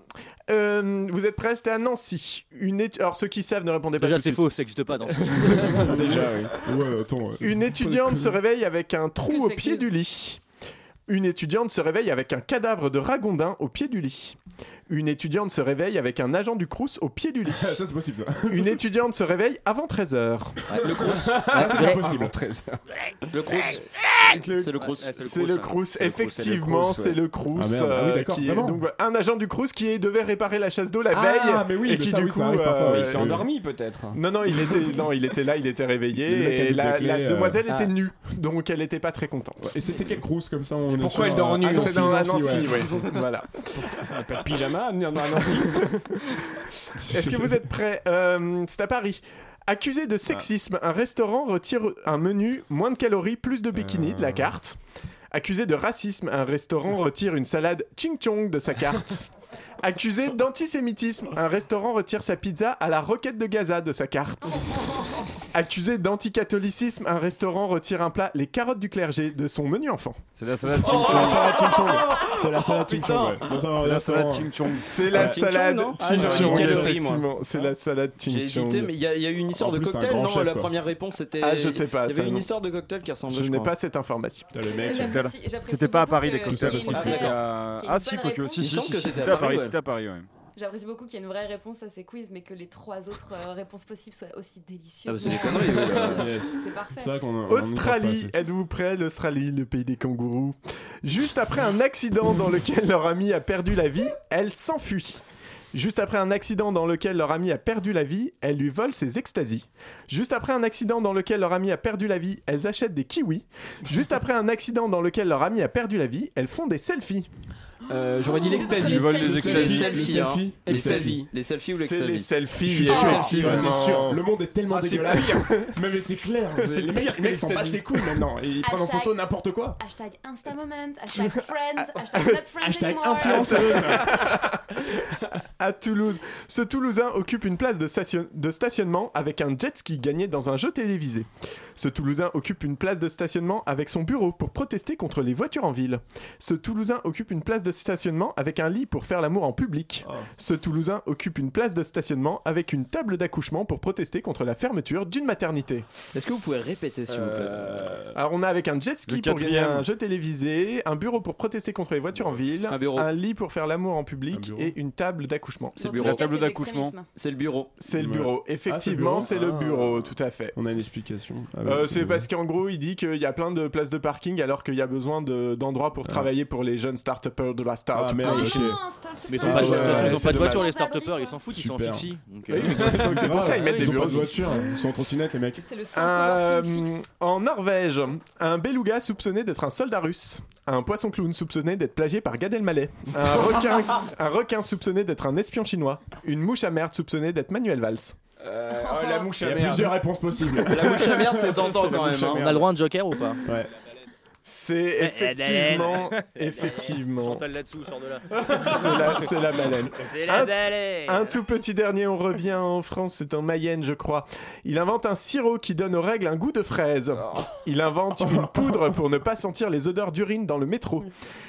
A: Euh, Vous êtes prêts C'était à Nancy. Une étu- Alors, ceux qui savent ne répondez pas
E: Déjà,
A: tout de
E: c'est
A: suite.
E: faux, ça n'existe pas
A: [laughs]
E: dans ce
A: Ah. Déjà,
L: oui. Ouais, attends. ouais.
A: Une étudiante se réveille avec un trou au pied du lit. Une étudiante se réveille avec un cadavre de ragondin au pied du lit. Une étudiante se réveille avec un agent du Crous au pied du lit.
L: [laughs] ça, c'est possible, ça.
A: Une étudiante se réveille avant 13h.
L: le Crous. Ah, Ça, c'est impossible.
A: Le Crous.
B: C'est le Crous.
A: C'est le Crous, effectivement, c'est le Crous.
L: Ah, merde. Ah oui,
A: euh,
L: d'accord,
A: qui est
L: vraiment.
A: donc voilà, un agent du Crous qui devait réparer la chasse d'eau la
L: Ah,
A: veille
L: mais oui,
A: et
L: mais
A: qui
L: ça,
A: du
L: oui, ça
A: coup
L: arrive parfois,
A: euh,
L: oui. Il s'est endormi, peut-être.
A: Non non, il était non, il était là, il était
L: Le mec
A: réveillé et
L: avec
A: la,
L: des
A: la
L: clés, euh,
A: demoiselle était
L: ah.
A: nue, donc elle n'était pas très contente.
L: Et c'était quelle Crous comme ça on est
A: pourquoi
L: sur,
A: elle dort
L: euh,
A: nue
L: à Nancy,
A: Ah, C'est dans- à
L: Nancy,
A: Nancy,
L: ouais.
C: [laughs]
A: oui. [laughs] Voilà.
L: Pas de pyjama à venir dans Nancy.
A: [laughs] Est-ce que vous êtes prêts Euh, C'est à Paris. Accusé de sexisme, un restaurant retire un menu moins de calories, plus de bikini de la carte. Accusé de racisme, un restaurant retire une salade ching chong de sa carte. Accusé d'antisémitisme, un restaurant retire sa pizza à la roquette de Gaza de sa carte. Accusé d'anticatholicisme, un restaurant retire un plat les carottes du clergé de son menu enfant.
T: C'est la salade
A: Ching Chong. [laughs]
L: C'est la salade Ching Chong. ouais. Dans un
A: Oh, C'est la
L: restaurant,
A: salade
L: ouais.
A: Ching Chong. C'est la salade Ching Chong, effectivement. C'est la salade Ching
B: J'ai hésité,
A: Chong.
B: mais il y, a- il y a eu une histoire
A: En
B: de
A: plus, c'est un
B: cocktail,
A: grand
B: non
A: chef,
B: La
A: quoi.
B: première réponse était.
A: Ah, je sais pas,
B: Il y
A: ça,
B: avait une
A: non.
B: histoire de cocktail qui ressemble.
A: Je n'ai pas cette information.
B: mec,
A: J'apprécie-
B: j'aime bien.
D: j'apprécie
T: C'était pas à Paris les
D: beaucoup que-
T: cocktails parce
D: qu'il y
T: qu'ils
D: ait une
T: faisaient
D: vraie-
T: à.
D: qu'il y ait une
T: Ah si,
D: bonne
T: quoi que
D: réponse.
T: aussi,
D: Il
T: si,
D: semble
T: si,
D: que
T: c'était
D: c'était
T: à
D: à Paris,
T: Paris,
D: ouais.
T: c'était à Paris, ouais.
D: J'apprécie beaucoup qu'il y ait une vraie réponse à ces quiz, mais que les trois autres euh, réponses possibles soient aussi délicieuses. [laughs] C'est parfait.
A: Australie, êtes-vous prêts L'Australie, le pays des kangourous. Juste après un accident dans lequel leur ami a perdu la vie, elle s'enfuit. Juste après un accident dans lequel leur ami a perdu la vie, elle lui vole ses extasies. Juste après un accident dans lequel leur ami a perdu la vie, elles achètent des kiwis. Juste après un accident dans lequel leur ami a perdu la vie, elles font des selfies.
C: Euh, J'aurais dit l'extasie. Ils volent des
A: extasies.
B: Oh, Les selfies, hein.
A: Les
B: Les
A: selfies.
B: selfies. Les selfies
A: [laughs]
B: ou
A: C'est les
B: l'extasie
A: selfies.
L: Je suis
A: bien
L: sûr,
A: sûr.
L: t'es sûr. Le monde est tellement
A: Ah, c'est
L: dégueulasse.
A: pire.
L: Même c'est clair.
A: [laughs] C'est
L: Les
A: pire
L: mecs,
A: que
L: les mecs s'en battent
A: l'extasie.
L: les couilles maintenant. Et Ils prennent en
D: Hashtag-
L: photo n'importe quoi.
D: Hashtag Instamoment,
L: [laughs]
D: hashtag friends, hashtag not friends
L: Hashtag
D: anymore.
L: influenceuse.
A: [laughs] à Toulouse. Ce Toulousain occupe une place de, station- de stationnement avec un jet ski gagné dans un jeu télévisé. Ce Toulousain occupe une place de stationnement avec son bureau pour protester contre les voitures en ville. Ce Toulousain occupe une place de stationnement avec un lit pour faire l'amour en
B: Oh.
A: public. Ce Toulousain occupe une place de stationnement avec une table d'accouchement pour protester contre la fermeture d'une maternité. Euh,
B: Est-ce que vous pouvez répéter, s'il vous plaît
A: Alors on a avec un jet ski
B: Le
A: pour gagner
B: quatrième.
A: un jeu télévisé, un bureau pour protester contre les voitures en ville,
B: Un bureau.
A: lit pour faire l'amour en public et une table d'accouchement.
B: C'est le bureau. C'est le bureau.
A: Ah, C'est le
C: Ah,
A: bureau. Effectivement, c'est le bureau, Ah. tout à fait.
L: On a une explication.
C: bah
L: Ah ouais,
A: Euh, c'est
L: c'est-
A: parce qu'en gros, il dit qu'il y a plein de places de parking alors qu'il y a besoin de- d'endroits pour travailler pour les jeunes start de la start-up.
L: Ah, merde, ok.
E: Mais ils ont pas de- de toute façon, ils ont pas de voiture, les start-upers, ils s'en foutent, ils sont en
L: Super.
E: fixie. Donc,
A: Ah Oui,
E: euh, Ah,
A: mais
E: [laughs]
A: [laughs] donc c'est pour ça ils mettent des
L: Ils ont pas de
A: bureaux hein.
L: voiture, ils sont en trottinette les mecs.
A: Euh, en Norvège, un beluga soupçonné d'être un soldat russe. Un poisson clown soupçonné d'être plagié par Gad Elmaleh.
E: [laughs]
A: Un requin, un requin soupçonné d'être un espion chinois. Une mouche à merde soupçonnée d'être Manuel Valls.
L: oh, la mouche
A: à
L: Il y a
A: merde.
L: plusieurs réponses possibles.
B: La mouche à
L: [laughs]
B: merde, c'est tentant
L: C'est la
B: quand
L: mouche
B: même,
L: à
B: hein.
E: On
L: merde.
E: a le droit à un joker ou pas
L: Ouais.
A: C'est effectivement, effectivement.
E: Chantal là-dessous, sort de là.
A: [laughs] C'est la, c'est la baleine.
E: C'est la
A: Un-
E: baleine.
A: Un tout petit dernier, on revient en France, c'est en Mayenne, je crois. Il invente un sirop qui donne aux règles un goût de fraise.
E: Oh. [laughs]
A: Il invente une poudre pour ne pas sentir les odeurs d'urine dans le métro.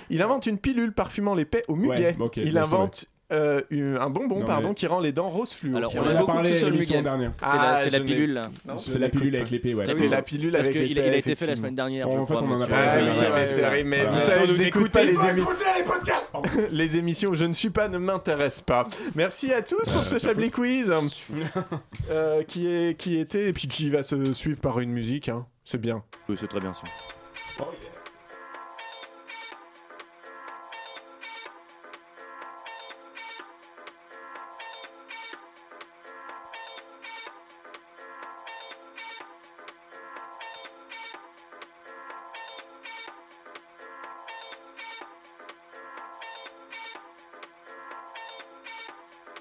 A: Il invente une pilule parfumant les paix au muguet.
L: ok,
A: Il
L: laisse
A: invente euh, une- un bonbon,
L: Non,
A: pardon,
L: mais-
A: qui rend les dents rose fluo. Ah,
E: Alors,
L: On en a parlé
E: tout seul,
L: l'émission
E: Muguet.
L: dernière.
E: C'est la- c'est la
A: je n'ai-
E: pilule, là.
A: Non,
L: C'est la pilule avec l'épée, ouais.
A: C'est la pilule
E: Parce
A: avec
E: que
A: les
E: il a- il a
A: pères,
E: été fait la
A: effectivement.
E: semaine dernière,
L: En
E: je
L: fait,
E: crois,
L: on en a
E: monsieur.
L: parlé.
A: Ah oui,
L: Ouais,
A: c'est
L: ouais,
A: vrai,
L: ouais,
A: c'est
L: ouais.
A: vrai, mais
L: Voilà.
A: vous savez,
L: Sans
A: je
L: nous
A: n'écoute
L: écouter,
A: pas les
L: faut
A: émissions.
L: écouter les podcasts.
A: [laughs] Les émissions Je ne suis pas ne m'intéressent pas. Merci à tous pour ce Chablis Quiz euh, qui, est, qui était et puis qui va se suivre par une musique. hein. C'est bien.
E: Oui, c'est très bien ça.
G: Thank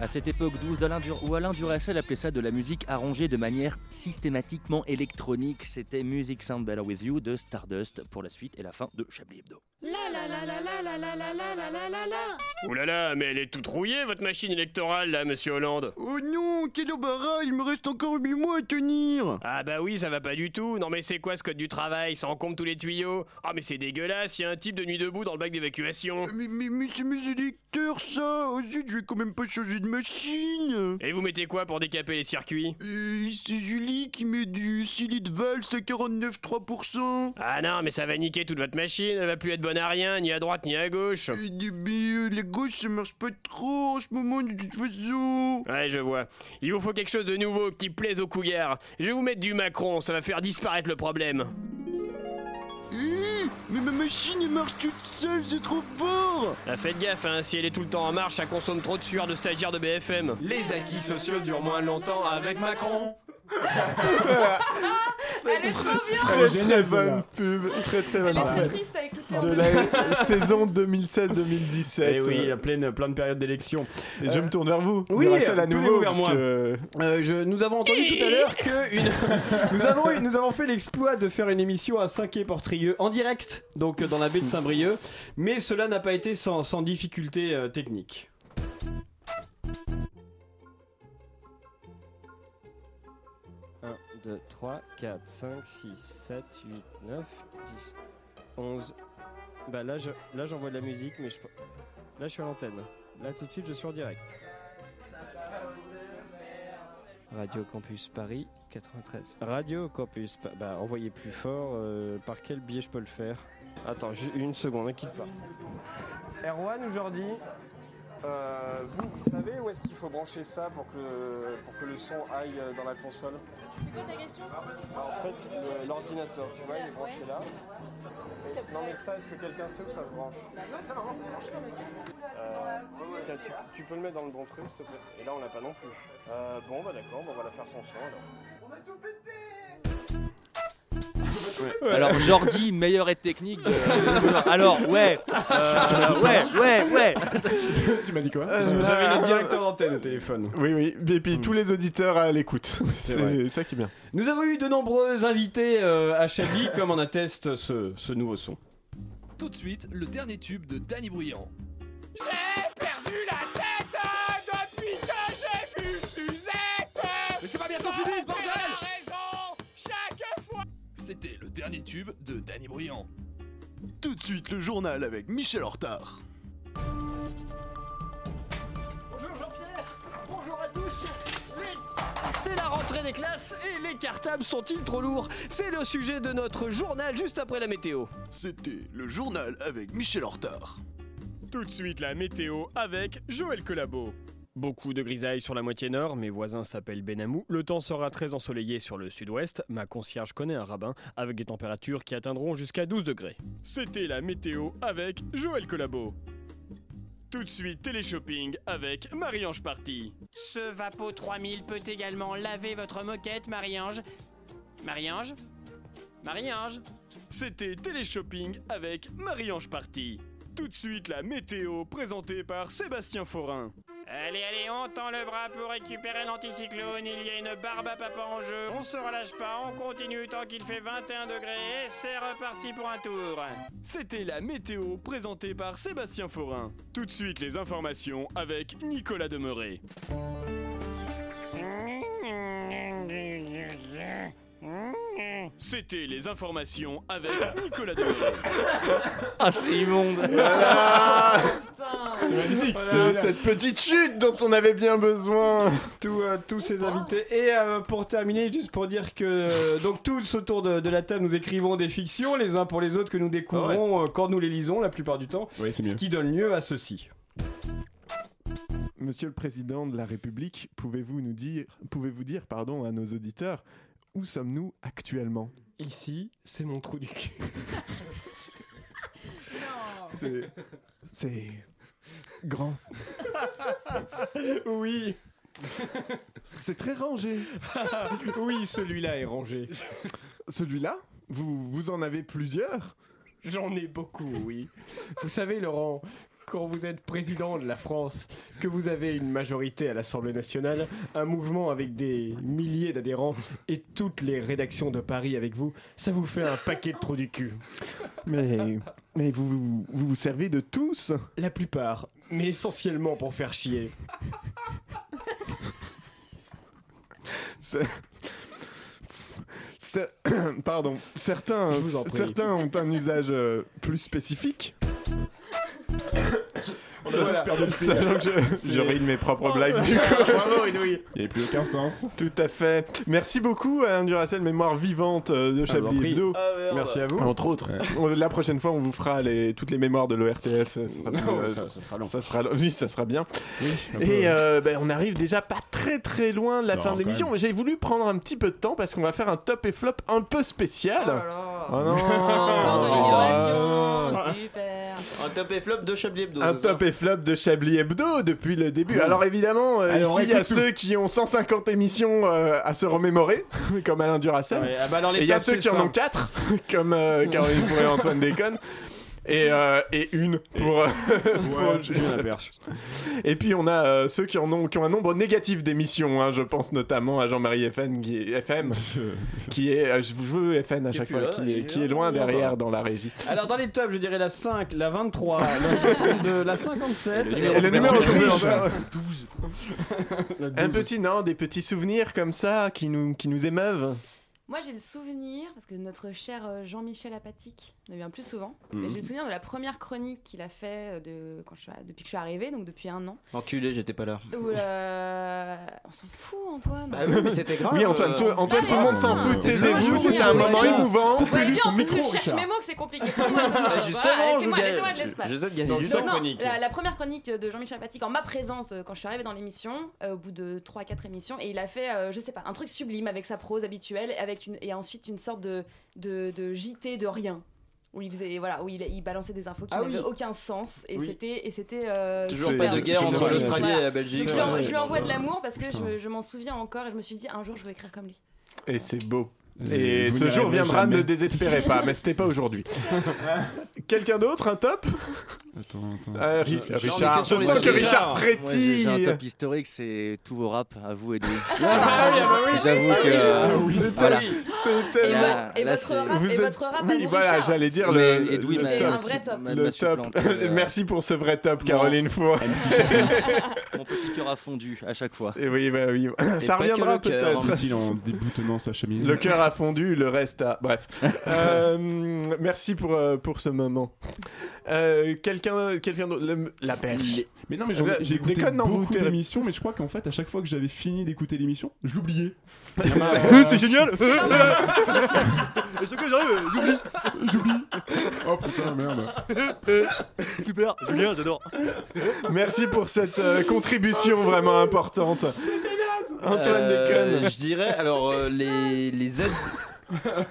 E: À cette époque 12 d'Alain Dur- où Alain Duracell appelait ça de la musique arrangée de manière systématiquement électronique, c'était Music Sound Better With You de Stardust pour la suite et la fin de Chablis Hebdo.
I: La la la la la la la la la la la la la.
G: Ouh Oh là là, mais elle est toute rouillée, votre machine électorale, là, monsieur Hollande.
K: Oh non, quel embarras, il me reste encore 8 mois à tenir
G: Ah bah oui, ça va pas du tout. Non mais c'est quoi ce code du travail Ça encombre tous les tuyaux. Ah mais c'est dégueulasse, il y a un type de nuit debout dans le bac d'évacuation.
K: Mais, mais, mais c'est mes électeurs ça Oh zut, je vais quand même pas changer de machine
G: Et vous mettez quoi pour décaper les circuits
K: Euh, C'est Julie qui met du 6 litres valse à 49,3%
G: Ah non, mais ça va niquer toute votre machine, elle va plus être bonne à rien, ni à droite ni à gauche.
K: Euh, Mais euh, la gauche ça marche pas trop en ce moment de toute façon
G: Ouais, je vois. Il vous faut quelque chose de nouveau qui plaise aux cougards. Je vais vous mettre du Macron, ça va faire disparaître le problème.
K: Hé, Mais ma machine elle marche toute seule, c'est trop fort
G: Ah, faites gaffe, hein, si elle est tout le temps en marche, ça consomme trop de sueur de stagiaire de BFM.
F: Les acquis sociaux durent moins longtemps avec
A: [laughs]
F: Macron.
A: Très, très bonne pub, très très bonne
F: Parfait.
A: pub.
F: triste à écouter en
A: De la saison 2016-2017.
F: Eh oui, la pleine, pleine période d'élection. Euh,
A: Et je me tourne vers vous.
F: Oui,
A: Duracell à
F: tournez-vous
A: nouveau,
F: vers
A: parce
F: moi.
A: que-
F: Euh, je- nous avons entendu tout à l'heure que une-
C: [laughs] nous, avons, eu- nous avons fait l'exploit de faire une émission à 5 et Portrieux en direct, donc euh, dans la baie de Saint-Brieuc, mais cela n'a pas été sans, sans difficulté euh, technique.
M: Un, 2, 3, 4, 5, 6, 7, 8, 9, 10, 11. Bah là, je, là j'envoie de la musique, mais je. Là, je suis à l'antenne. Là, tout de suite, je suis en direct. Radio Campus Paris 93. Radio Campus. Pa- Bah, envoyez plus fort. euh, par quel biais je peux le faire Attends, ju- une seconde, ne quitte pas.
C: Erwan, aujourd'hui,
N: euh,
C: Euh, vous, savez où est-ce qu'il faut brancher ça pour que, pour que le son aille euh, dans la console Ah, En fait, l'ordinateur, tu vois, il est branché là. non, mais ça, est-ce que quelqu'un sait où ça se branche
Q: Bah
C: Euh, Tiens, tu, tu peux le mettre dans le bon frame, s'il te plaît. Et là, on l'a pas non plus. Euh, bon, bah d'accord, bon, on va la faire sans son alors.
E: [laughs] Alors Jordi, meilleur aide technique.
A: [laughs]
E: de- Alors ouais, euh, ouais, ouais, ouais.
A: [laughs]
E: Euh,
A: tu m'as dit quoi
C: J'avais le directeur d'antenne au téléphone.
A: Oui, oui. Et puis tous les auditeurs à l'écoute. [laughs]
C: vrai.
A: C'est ça qui est bien.
C: Nous avons eu de nombreux invités euh,
A: [laughs]
C: à Chablis, comme en atteste ce, ce nouveau son.
W: Tout de suite, le dernier tube de Danny Bruyant.
I: J'ai perdu la tête depuis que j'ai vu Suzette.
W: Mais c'est pas bien qu'on publie ce bordel C'était le dernier tube de Danny Bruyant.
X: Tout de suite le journal avec Michel Hortard.
N: Bonjour Jean-Pierre, bonjour à tous. C'est la rentrée des classes et les
F: Cartables sont-ils trop lourds C'est le sujet de notre journal juste après la météo.
X: C'était le journal avec Michel Hortard.
F: Tout de suite la météo avec Joël Collabo. Beaucoup de grisailles sur la moitié nord, mes voisins s'appellent Benamou. Le temps sera très ensoleillé sur le sud-ouest. Ma concierge connaît un rabbin avec des températures qui atteindront jusqu'à 12 degrés. C'était la météo avec Joël Collabo. Tout de suite télé-shopping avec Marie-Ange Party.
O: Ce Vapo 3000 peut également laver votre moquette, Marie-Ange. Marie-Ange Marie-Ange
F: C'était télé-shopping avec Marie-Ange Party. Tout de suite la météo présentée par Sébastien Forain.
O: Allez, allez, on tend le bras pour récupérer l'anticyclone. Il y a une barbe à papa en jeu. On se relâche pas, on continue tant qu'il fait 21 degrés et c'est reparti pour un tour.
F: C'était la météo présentée par Sébastien Forain. Tout de suite les informations avec Nicolas Demeuré. C'était les informations
E: [laughs]
F: avec Nicolas Demeuré.
E: Ah c'est immonde.
A: [laughs] C'est magnifique. cette petite chute dont on avait bien besoin.
C: Tous, euh, tous ces invités. Et euh, pour terminer, juste pour dire que euh, donc tous autour de, de la table, nous écrivons des fictions les uns pour les autres que nous découvrons euh, quand nous les lisons la plupart du temps.
A: Oui, Ah c'est mieux.
C: Ce qui donne lieu à ceci.
A: Monsieur le Président de la République, pouvez-vous nous dire, pouvez-vous dire, pardon, à nos auditeurs, où sommes-nous actuellement
N: Ici, c'est mon trou du cul.
A: C'est, c'est grand.
C: oui.
A: C'est très rangé.
C: [laughs] oui, celui-là est rangé.
A: Celui-là vous, vous en avez plusieurs
C: J'en ai beaucoup, oui. Vous savez, Laurent, quand vous êtes président de la France, que vous avez une majorité à l'Assemblée nationale, un mouvement avec des milliers d'adhérents et toutes les rédactions de Paris avec vous, ça vous fait un paquet de trous du cul.
A: Mais, mais vous, vous vous vous servez de tous
C: La plupart, mais essentiellement pour faire chier.
A: Ça- ça- [coughs] Pardon. Certains,
C: Je vous en prie.
A: certains ont un usage euh, plus spécifique.
L: [coughs] On a
A: Ça,
L: tous
A: voilà.
L: perdu le fil.
A: Sachant que je,
L: C'est-
A: je ris de mes propres blagues du coup.
L: [laughs] Bravo, Inouï.
A: Il n'y avait plus aucun sens. Tout à fait. Merci beaucoup à Induracell, mémoire vivante euh, de
C: Je vous en
A: Chablis
C: prie.
A: Hebdo.
C: Ah, merde. Merci à vous.
A: Entre autres. On- La prochaine fois, on vous fera les, toutes les mémoires de l'ORTF. Ça, sera plus,
C: Non,
A: euh,
C: ça- ça sera long.
A: Ça sera, long. oui, ça sera bien.
C: un peu,
A: Et
C: ouais.
A: euh, ben, on arrive déjà pas très très loin de la
C: Non,
A: fin de
C: quand
A: l'émission.
C: même.
A: J'ai voulu prendre un petit peu de temps parce qu'on va faire un top et flop un peu spécial. Oh,
C: [laughs]
A: non Oh.
J: Amélioration, super.
P: Un top et flop de Chablis Hebdo.
A: Un
P: c'est ça
A: top et flop de Chablis Hebdo depuis le début.
P: Cool.
A: Alors évidemment, euh,
P: Allez, on
A: ici il y a
P: réécoute tout.
A: ceux qui ont 150 émissions euh, à se remémorer, [laughs] comme Alain Duracell.
C: Ouais, ah bah alors les
A: et il y a
C: tops,
A: ceux
C: c'est
A: qui en
C: simple.
A: ont 4, [laughs] comme euh, Caroline Fourré et Antoine
C: [laughs]
A: Déconne. Et, euh, et une pour, euh, [laughs] pour
C: Ouais, Julien Laperche.
A: Et puis on a euh, ceux qui en ont qui ont un nombre négatif d'émissions. hein. je pense notamment à Jean-Marie FN qui est FM, qui est euh, je je veux FN à chaque
C: plus
A: fois,
C: là,
A: qui est,
C: et
A: qui est loin
C: là,
A: derrière
C: là.
A: dans la régie.
C: Alors dans les tops, je dirais la 5, la 23, la 62, la 57
A: Et Ah, le numéro de
C: Bertrand.
A: riche. Un petit non, des petits souvenirs comme ça qui nous qui nous émeuvent.
D: Moi, j'ai le souvenir, parce que notre cher euh, Jean-Michel Apatique ne vient plus souvent, mais
B: Mhm.
D: j'ai le souvenir de la première chronique qu'il a fait euh, de, quand je suis- depuis que je suis arrivée, donc depuis un an.
B: Enculé, j'étais pas là.
D: Où, euh, on s'en fout, Antoine.
B: Bah oui, mais c'était grave.
A: Oui, Antoine, tout, Antoine, tout le monde s'en fout.
B: C'était
A: Taisez-vous,
B: grave.
A: c'était un moment émouvant.
D: Vous voyez bien, en plus, que je cherche mes mots, que c'est compliqué pour moi. ça, ça, voilà,
P: justement, je vous
D: laissez-moi
P: gagne-
D: laissez-moi de l'espace.
P: je vous ai gagné
D: Donc,
P: du
D: donc,
P: temps.
D: non,
P: Chronique.
D: la, la première chronique de Jean-Michel Patik en ma présence, euh, quand je suis arrivée dans l'émission, euh, au bout de 3-4 émissions, et il a fait, euh, je sais pas, un truc sublime avec sa prose habituelle, avec une, et ensuite une sorte de, de, de JT de rien. Où il faisait, voilà, où il, il balançait des infos qui
J: Ah oui.
D: n'avaient aucun sens, et
J: Oui.
D: c'était, et c'était. euh,
P: Toujours
D: super.
P: pas de guerre entre l'Australie et la Belgique.
D: Donc, je, lui en- je lui envoie de l'amour parce que
A: Putain.
D: je, je m'en souviens encore et je me suis dit un jour je veux écrire comme lui.
A: Et c'est beau. Et
L: Vous
A: ce
L: n'y
A: jour
L: arriverez
A: viendra,
L: jamais.
A: ne désespérez pas, mais c'était pas aujourd'hui. Quelqu'un d'autre, un top
L: Attends, attends.
A: Ah, Ri- Richard, je sens que Richard
E: J'ai
A: frétille.
E: un top historique, c'est tous vos raps à vous et de.
A: Ah oui, ah bah oui,
E: J'avoue
A: ah oui, ah
E: que. euh,
A: oui. C'est
E: Voilà.
A: terrible, c'est terrible.
E: Là-
D: Et
E: là,
D: votre
E: c'est-
D: rap, et
A: Vous êtes-
D: votre rap à
A: Oui,
D: vous,
A: voilà,
D: Richard.
A: j'allais dire
E: Mais
A: le,
E: Edoui
A: le
E: m'a-
A: top.
D: Un vrai top.
E: m'a- m'a
A: Le top.
E: supplanté, euh,
A: [laughs] Merci pour ce vrai top, Caroline Four.
E: Mon petit cœur a fondu à chaque fois.
A: Et oui, bah oui. Ça reviendra
E: hein.
A: peut-être.
L: Est-il en déboutonnement sa chemise
A: Le cœur a fondu, le reste a.
E: [laughs]
A: Bref. Euh, merci pour, euh, pour ce moment. Euh, quelqu'un quelqu'un d'autre. le- La perche.
L: Mais non, mais j'en-
A: Euh,
L: j'ai écouté
A: déconne, non, vous
L: beaucoup
A: t'es-
L: d'émissions, mais je crois qu'en fait, à chaque fois que j'avais fini d'écouter l'émission, je l'oubliais.
A: C'est génial
X: Est-ce que j'arrive J'oublie
L: J'oublie Oh putain, merde
X: Super, Julien, j'adore
A: Merci pour cette euh, contribution vraiment importante. Antoine
B: Euh,
A: déconne.
B: Je dirais alors euh, les les ad-
C: [laughs]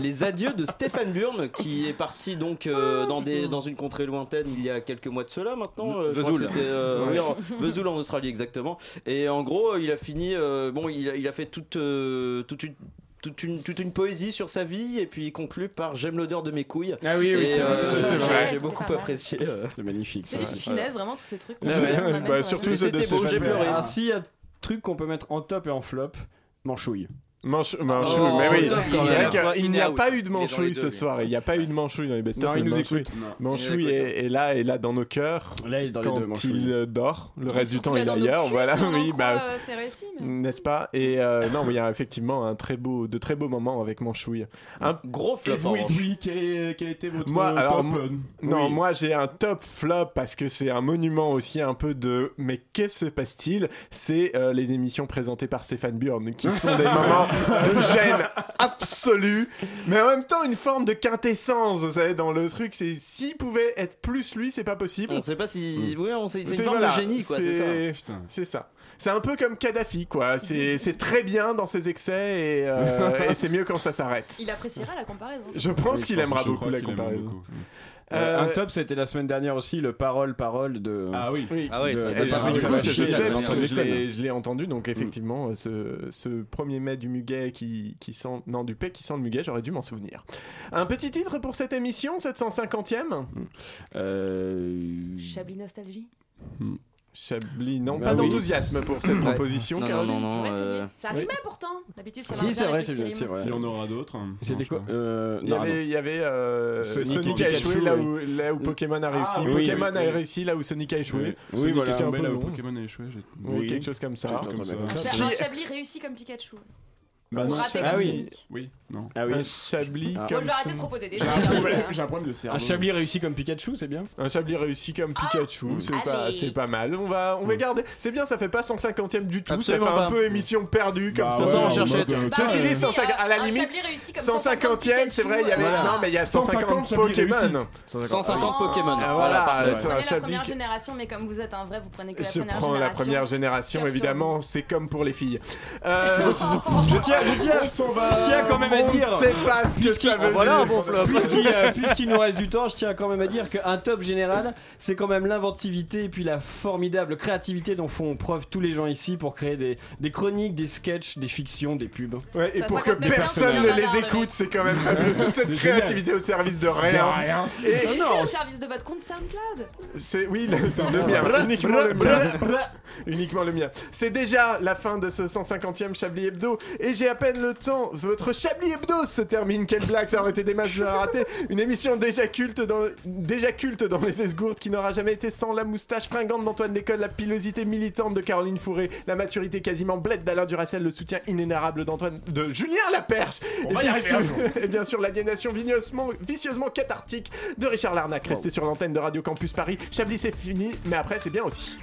B: les adieux de Stéphane Burn qui est parti donc euh, dans des dans une contrée lointaine il y a quelques mois de cela maintenant euh, je crois que
P: Vesoul.
B: c'était, euh,
P: Ouais.
B: oui, en- Vesoul en Australie exactement et en gros euh, il a fini euh, bon il a, il a fait toute euh, toute une toute une, toute une poésie sur sa vie et puis il conclut par j'aime l'odeur de mes couilles
C: Ah oui, oui,
B: Et,
C: c'est
A: euh,
C: vrai.
B: j'ai-
C: C'est vrai.
B: j'ai beaucoup apprécié
C: c'est magnifique
D: C'est des finesses vraiment tous ces trucs.
C: Ouais, ouais.
D: On amène
C: Bah,
D: sur la
C: surtout
D: table.
C: ceux de
B: C'était beau,
C: Stéphane
B: j'ai
C: Bern.
B: pleuré.
C: Alors, s'il y a truc qu'on peut mettre en top et en flop, manchouille.
A: Manche- manchouille, Oh,
C: Ah, Oh,
A: mais oui. C'est vrai qu'il n'y a pas eu de manchouille ce
C: deux,
A: soir. Il n'y a pas eu de manchouille dans les best-of.
C: Non, il
A: mais
C: nous
A: manchouille-
C: écoute. Non.
A: Manchouille
C: Il nous écoute.
A: est, est là, est là dans nos cœurs.
C: Là, il est dans les
A: quand
C: deux, Manchouille.
A: il euh, dort, le reste du
D: surtout
A: temps,
D: là
A: il est
D: dans nos
A: ailleurs.
D: culs,
A: Voilà,
D: si on en
A: oui,
D: croit,
A: bah.
D: euh, c'est réussi, mais-
A: N'est-ce pas Et euh, non, mais il y a effectivement un très beau, de très beaux moments avec Manchouille. Un
B: gros
L: Et vous, Edoui, quel, est- quel était votre
A: Moi,
L: top
A: alors,
L: euh,
A: moi- non, moi j'ai un top flop parce que c'est un monument aussi un peu de mais que se passe-t-il C'est euh, les émissions présentées par Stéphane Burn
C: [laughs]
A: qui sont des moments de gêne absolue, mais en même temps une forme de quintessence, vous savez, dans le truc. C'est s'il pouvait être plus lui, c'est pas possible.
B: on sait pas
C: Hmm.
B: si oui on sait c'est une
A: C'est-
B: forme
A: voilà,
B: de génie quoi c'est ça
A: C'est ça. C'est un peu comme Kadhafi, quoi. C'est c'est très bien dans ses excès et,
C: [laughs]
A: euh, et c'est mieux quand ça s'arrête.
D: Il appréciera la comparaison.
A: Je pense qu'il aimera beaucoup la comparaison.
C: Euh,
A: Euh,
C: un top, c'était la semaine dernière aussi, le parole-parole de.
A: Ah oui.
C: de-
A: Et
C: de
A: du
C: Patrick
A: coup,
C: Sabatier,
A: je sais,
C: dans
A: parce
C: son
A: que je
C: école.
A: l'ai- je l'ai entendu, donc effectivement, euh, ce, ce premier mai du muguet qui, qui sent. Non, du paix qui sent le muguet, j'aurais dû m'en souvenir. Un petit titre pour cette émission, 750e
D: Chablis Nostalgie
A: Chablis, non,
C: Bah
A: pas
C: oui.
A: d'enthousiasme pour cette
P: Ouais.
A: proposition,
P: Non, non,
A: Caroline.
P: non, non,
D: Ouais, c'est
P: euh,
D: bien. Ça
A: oui.
D: arrivait pourtant. D'habitude, ça
A: Si,
D: marche
A: c'est
D: bien
A: vrai,
D: avec les
A: c'est vrai,
D: petits
A: c'est
D: éléments.
A: vrai.
L: Il en aura d'autres. hein.
A: C'était
L: quoi
A: Il y avait, il y avait, euh, Sonic, a échoué là où, là où Pokémon a
C: Ah,
A: réussi.
L: Ah, oui,
A: Pokémon
L: oui,
A: a
L: oui.
A: réussi là où Sonic a échoué.
L: Oui,
A: Sonic
L: voilà.
A: était un
L: Mais
A: peu
L: là où
A: long.
L: Pokémon a échoué, j'ai-
A: Oui,
L: Oui.
A: quelque chose comme ça.
L: Quelque chose comme
D: Un
L: ça.
D: cha- un Chablis réussi comme Pikachu.
L: Bah non.
D: Raté
L: Ah
D: comme
L: oui.
D: Sonic.
L: Oui, non.
A: Ah oui.
L: Un
A: Chablis
D: Moi, je vais arrêter de proposer des
L: J'ai un
D: choses. hein.
L: problème- j'ai un problème de cerveau.
F: Un chablis réussi comme Pikachu, c'est bien
A: Un chablis réussi
D: Ah.
A: comme Pikachu, c'est pas,
F: Allez.
A: c'est pas mal. On va, on va garder. C'est bien, ça fait pas 150e du tout.
F: Absolument
A: ça fait un
F: pas.
A: peu émission perdue comme
F: Bah
A: ça.
F: ouais,
A: sans
F: en mode, euh,
A: Ceci
F: bah
A: dit,
F: ouais.
A: 150 à la
F: Un
A: limite,
F: chablis réussi comme
A: 150e, c'est vrai. Il y avait,
F: Voilà.
A: non, mais il y a
F: 150
A: 150,
F: chablis
A: Pokémon.
F: 150 150 Pokémon. Voilà,
A: Ah, Voilà,
F: c'est
A: c'est
D: Prenez
A: un
D: la première
A: chablis.
D: génération, mais comme vous êtes un vrai, vous prenez que la
A: Je
D: première
A: prends
D: génération. Oh.
A: la première génération,
D: Version-
A: évidemment, c'est comme pour les filles. Euh,
F: tiens-
D: je
F: je tiens-
A: On s'en va.
F: je tiens quand même à
A: On ne
F: dire-
A: sait pas ce que
F: Puisqu'il-
A: ça veut
F: voilà un
A: dire.
F: bon flop. Puisqu'il euh, puisqu'il nous reste du temps, je tiens quand même à dire qu'un top général, c'est quand même l'inventivité et puis la formidable créativité dont font preuve tous les gens ici pour créer des, des chroniques, des sketchs, des fictions, des pubs.
A: Ouais, et pour que personne ne les écoute, c'est quand même
F: [laughs]
A: fabuleux. Toute cette
F: C'est génial.
A: créativité au service de rien.
F: De rien.
D: Et
A: Et
D: c'est au service de votre compte SoundCloud.
A: c'est oui, le, le mien,
F: Bra-
A: uniquement
F: bra-
A: le mien. Uniquement le mien. C'est déjà la fin de ce 150e Chablis Hebdo et j'ai à peine le temps. Votre Chablis Hebdo se termine. Quelle blague, ça aurait été des matchs de la rater. Une émission déjà culte dans déjà culte dans les esgourdes qui n'aura jamais été sans la moustache fringante d'Antoine Décolle, la pilosité militante de Caroline Fourré, la maturité quasiment blette d'Alain Duracel, le soutien inénarrable d'Antoine de Julien Laperche.
X: On
A: Et
X: va y
A: puis
X: arriver un
A: sur-
X: jour.
A: [laughs] et bien sûr, l'aliénation vicieusement, vicieusement cathartique de Richard Larnac. Restez sur l'antenne de Radio Campus Paris. Chablis, c'est fini, mais après, c'est bien aussi.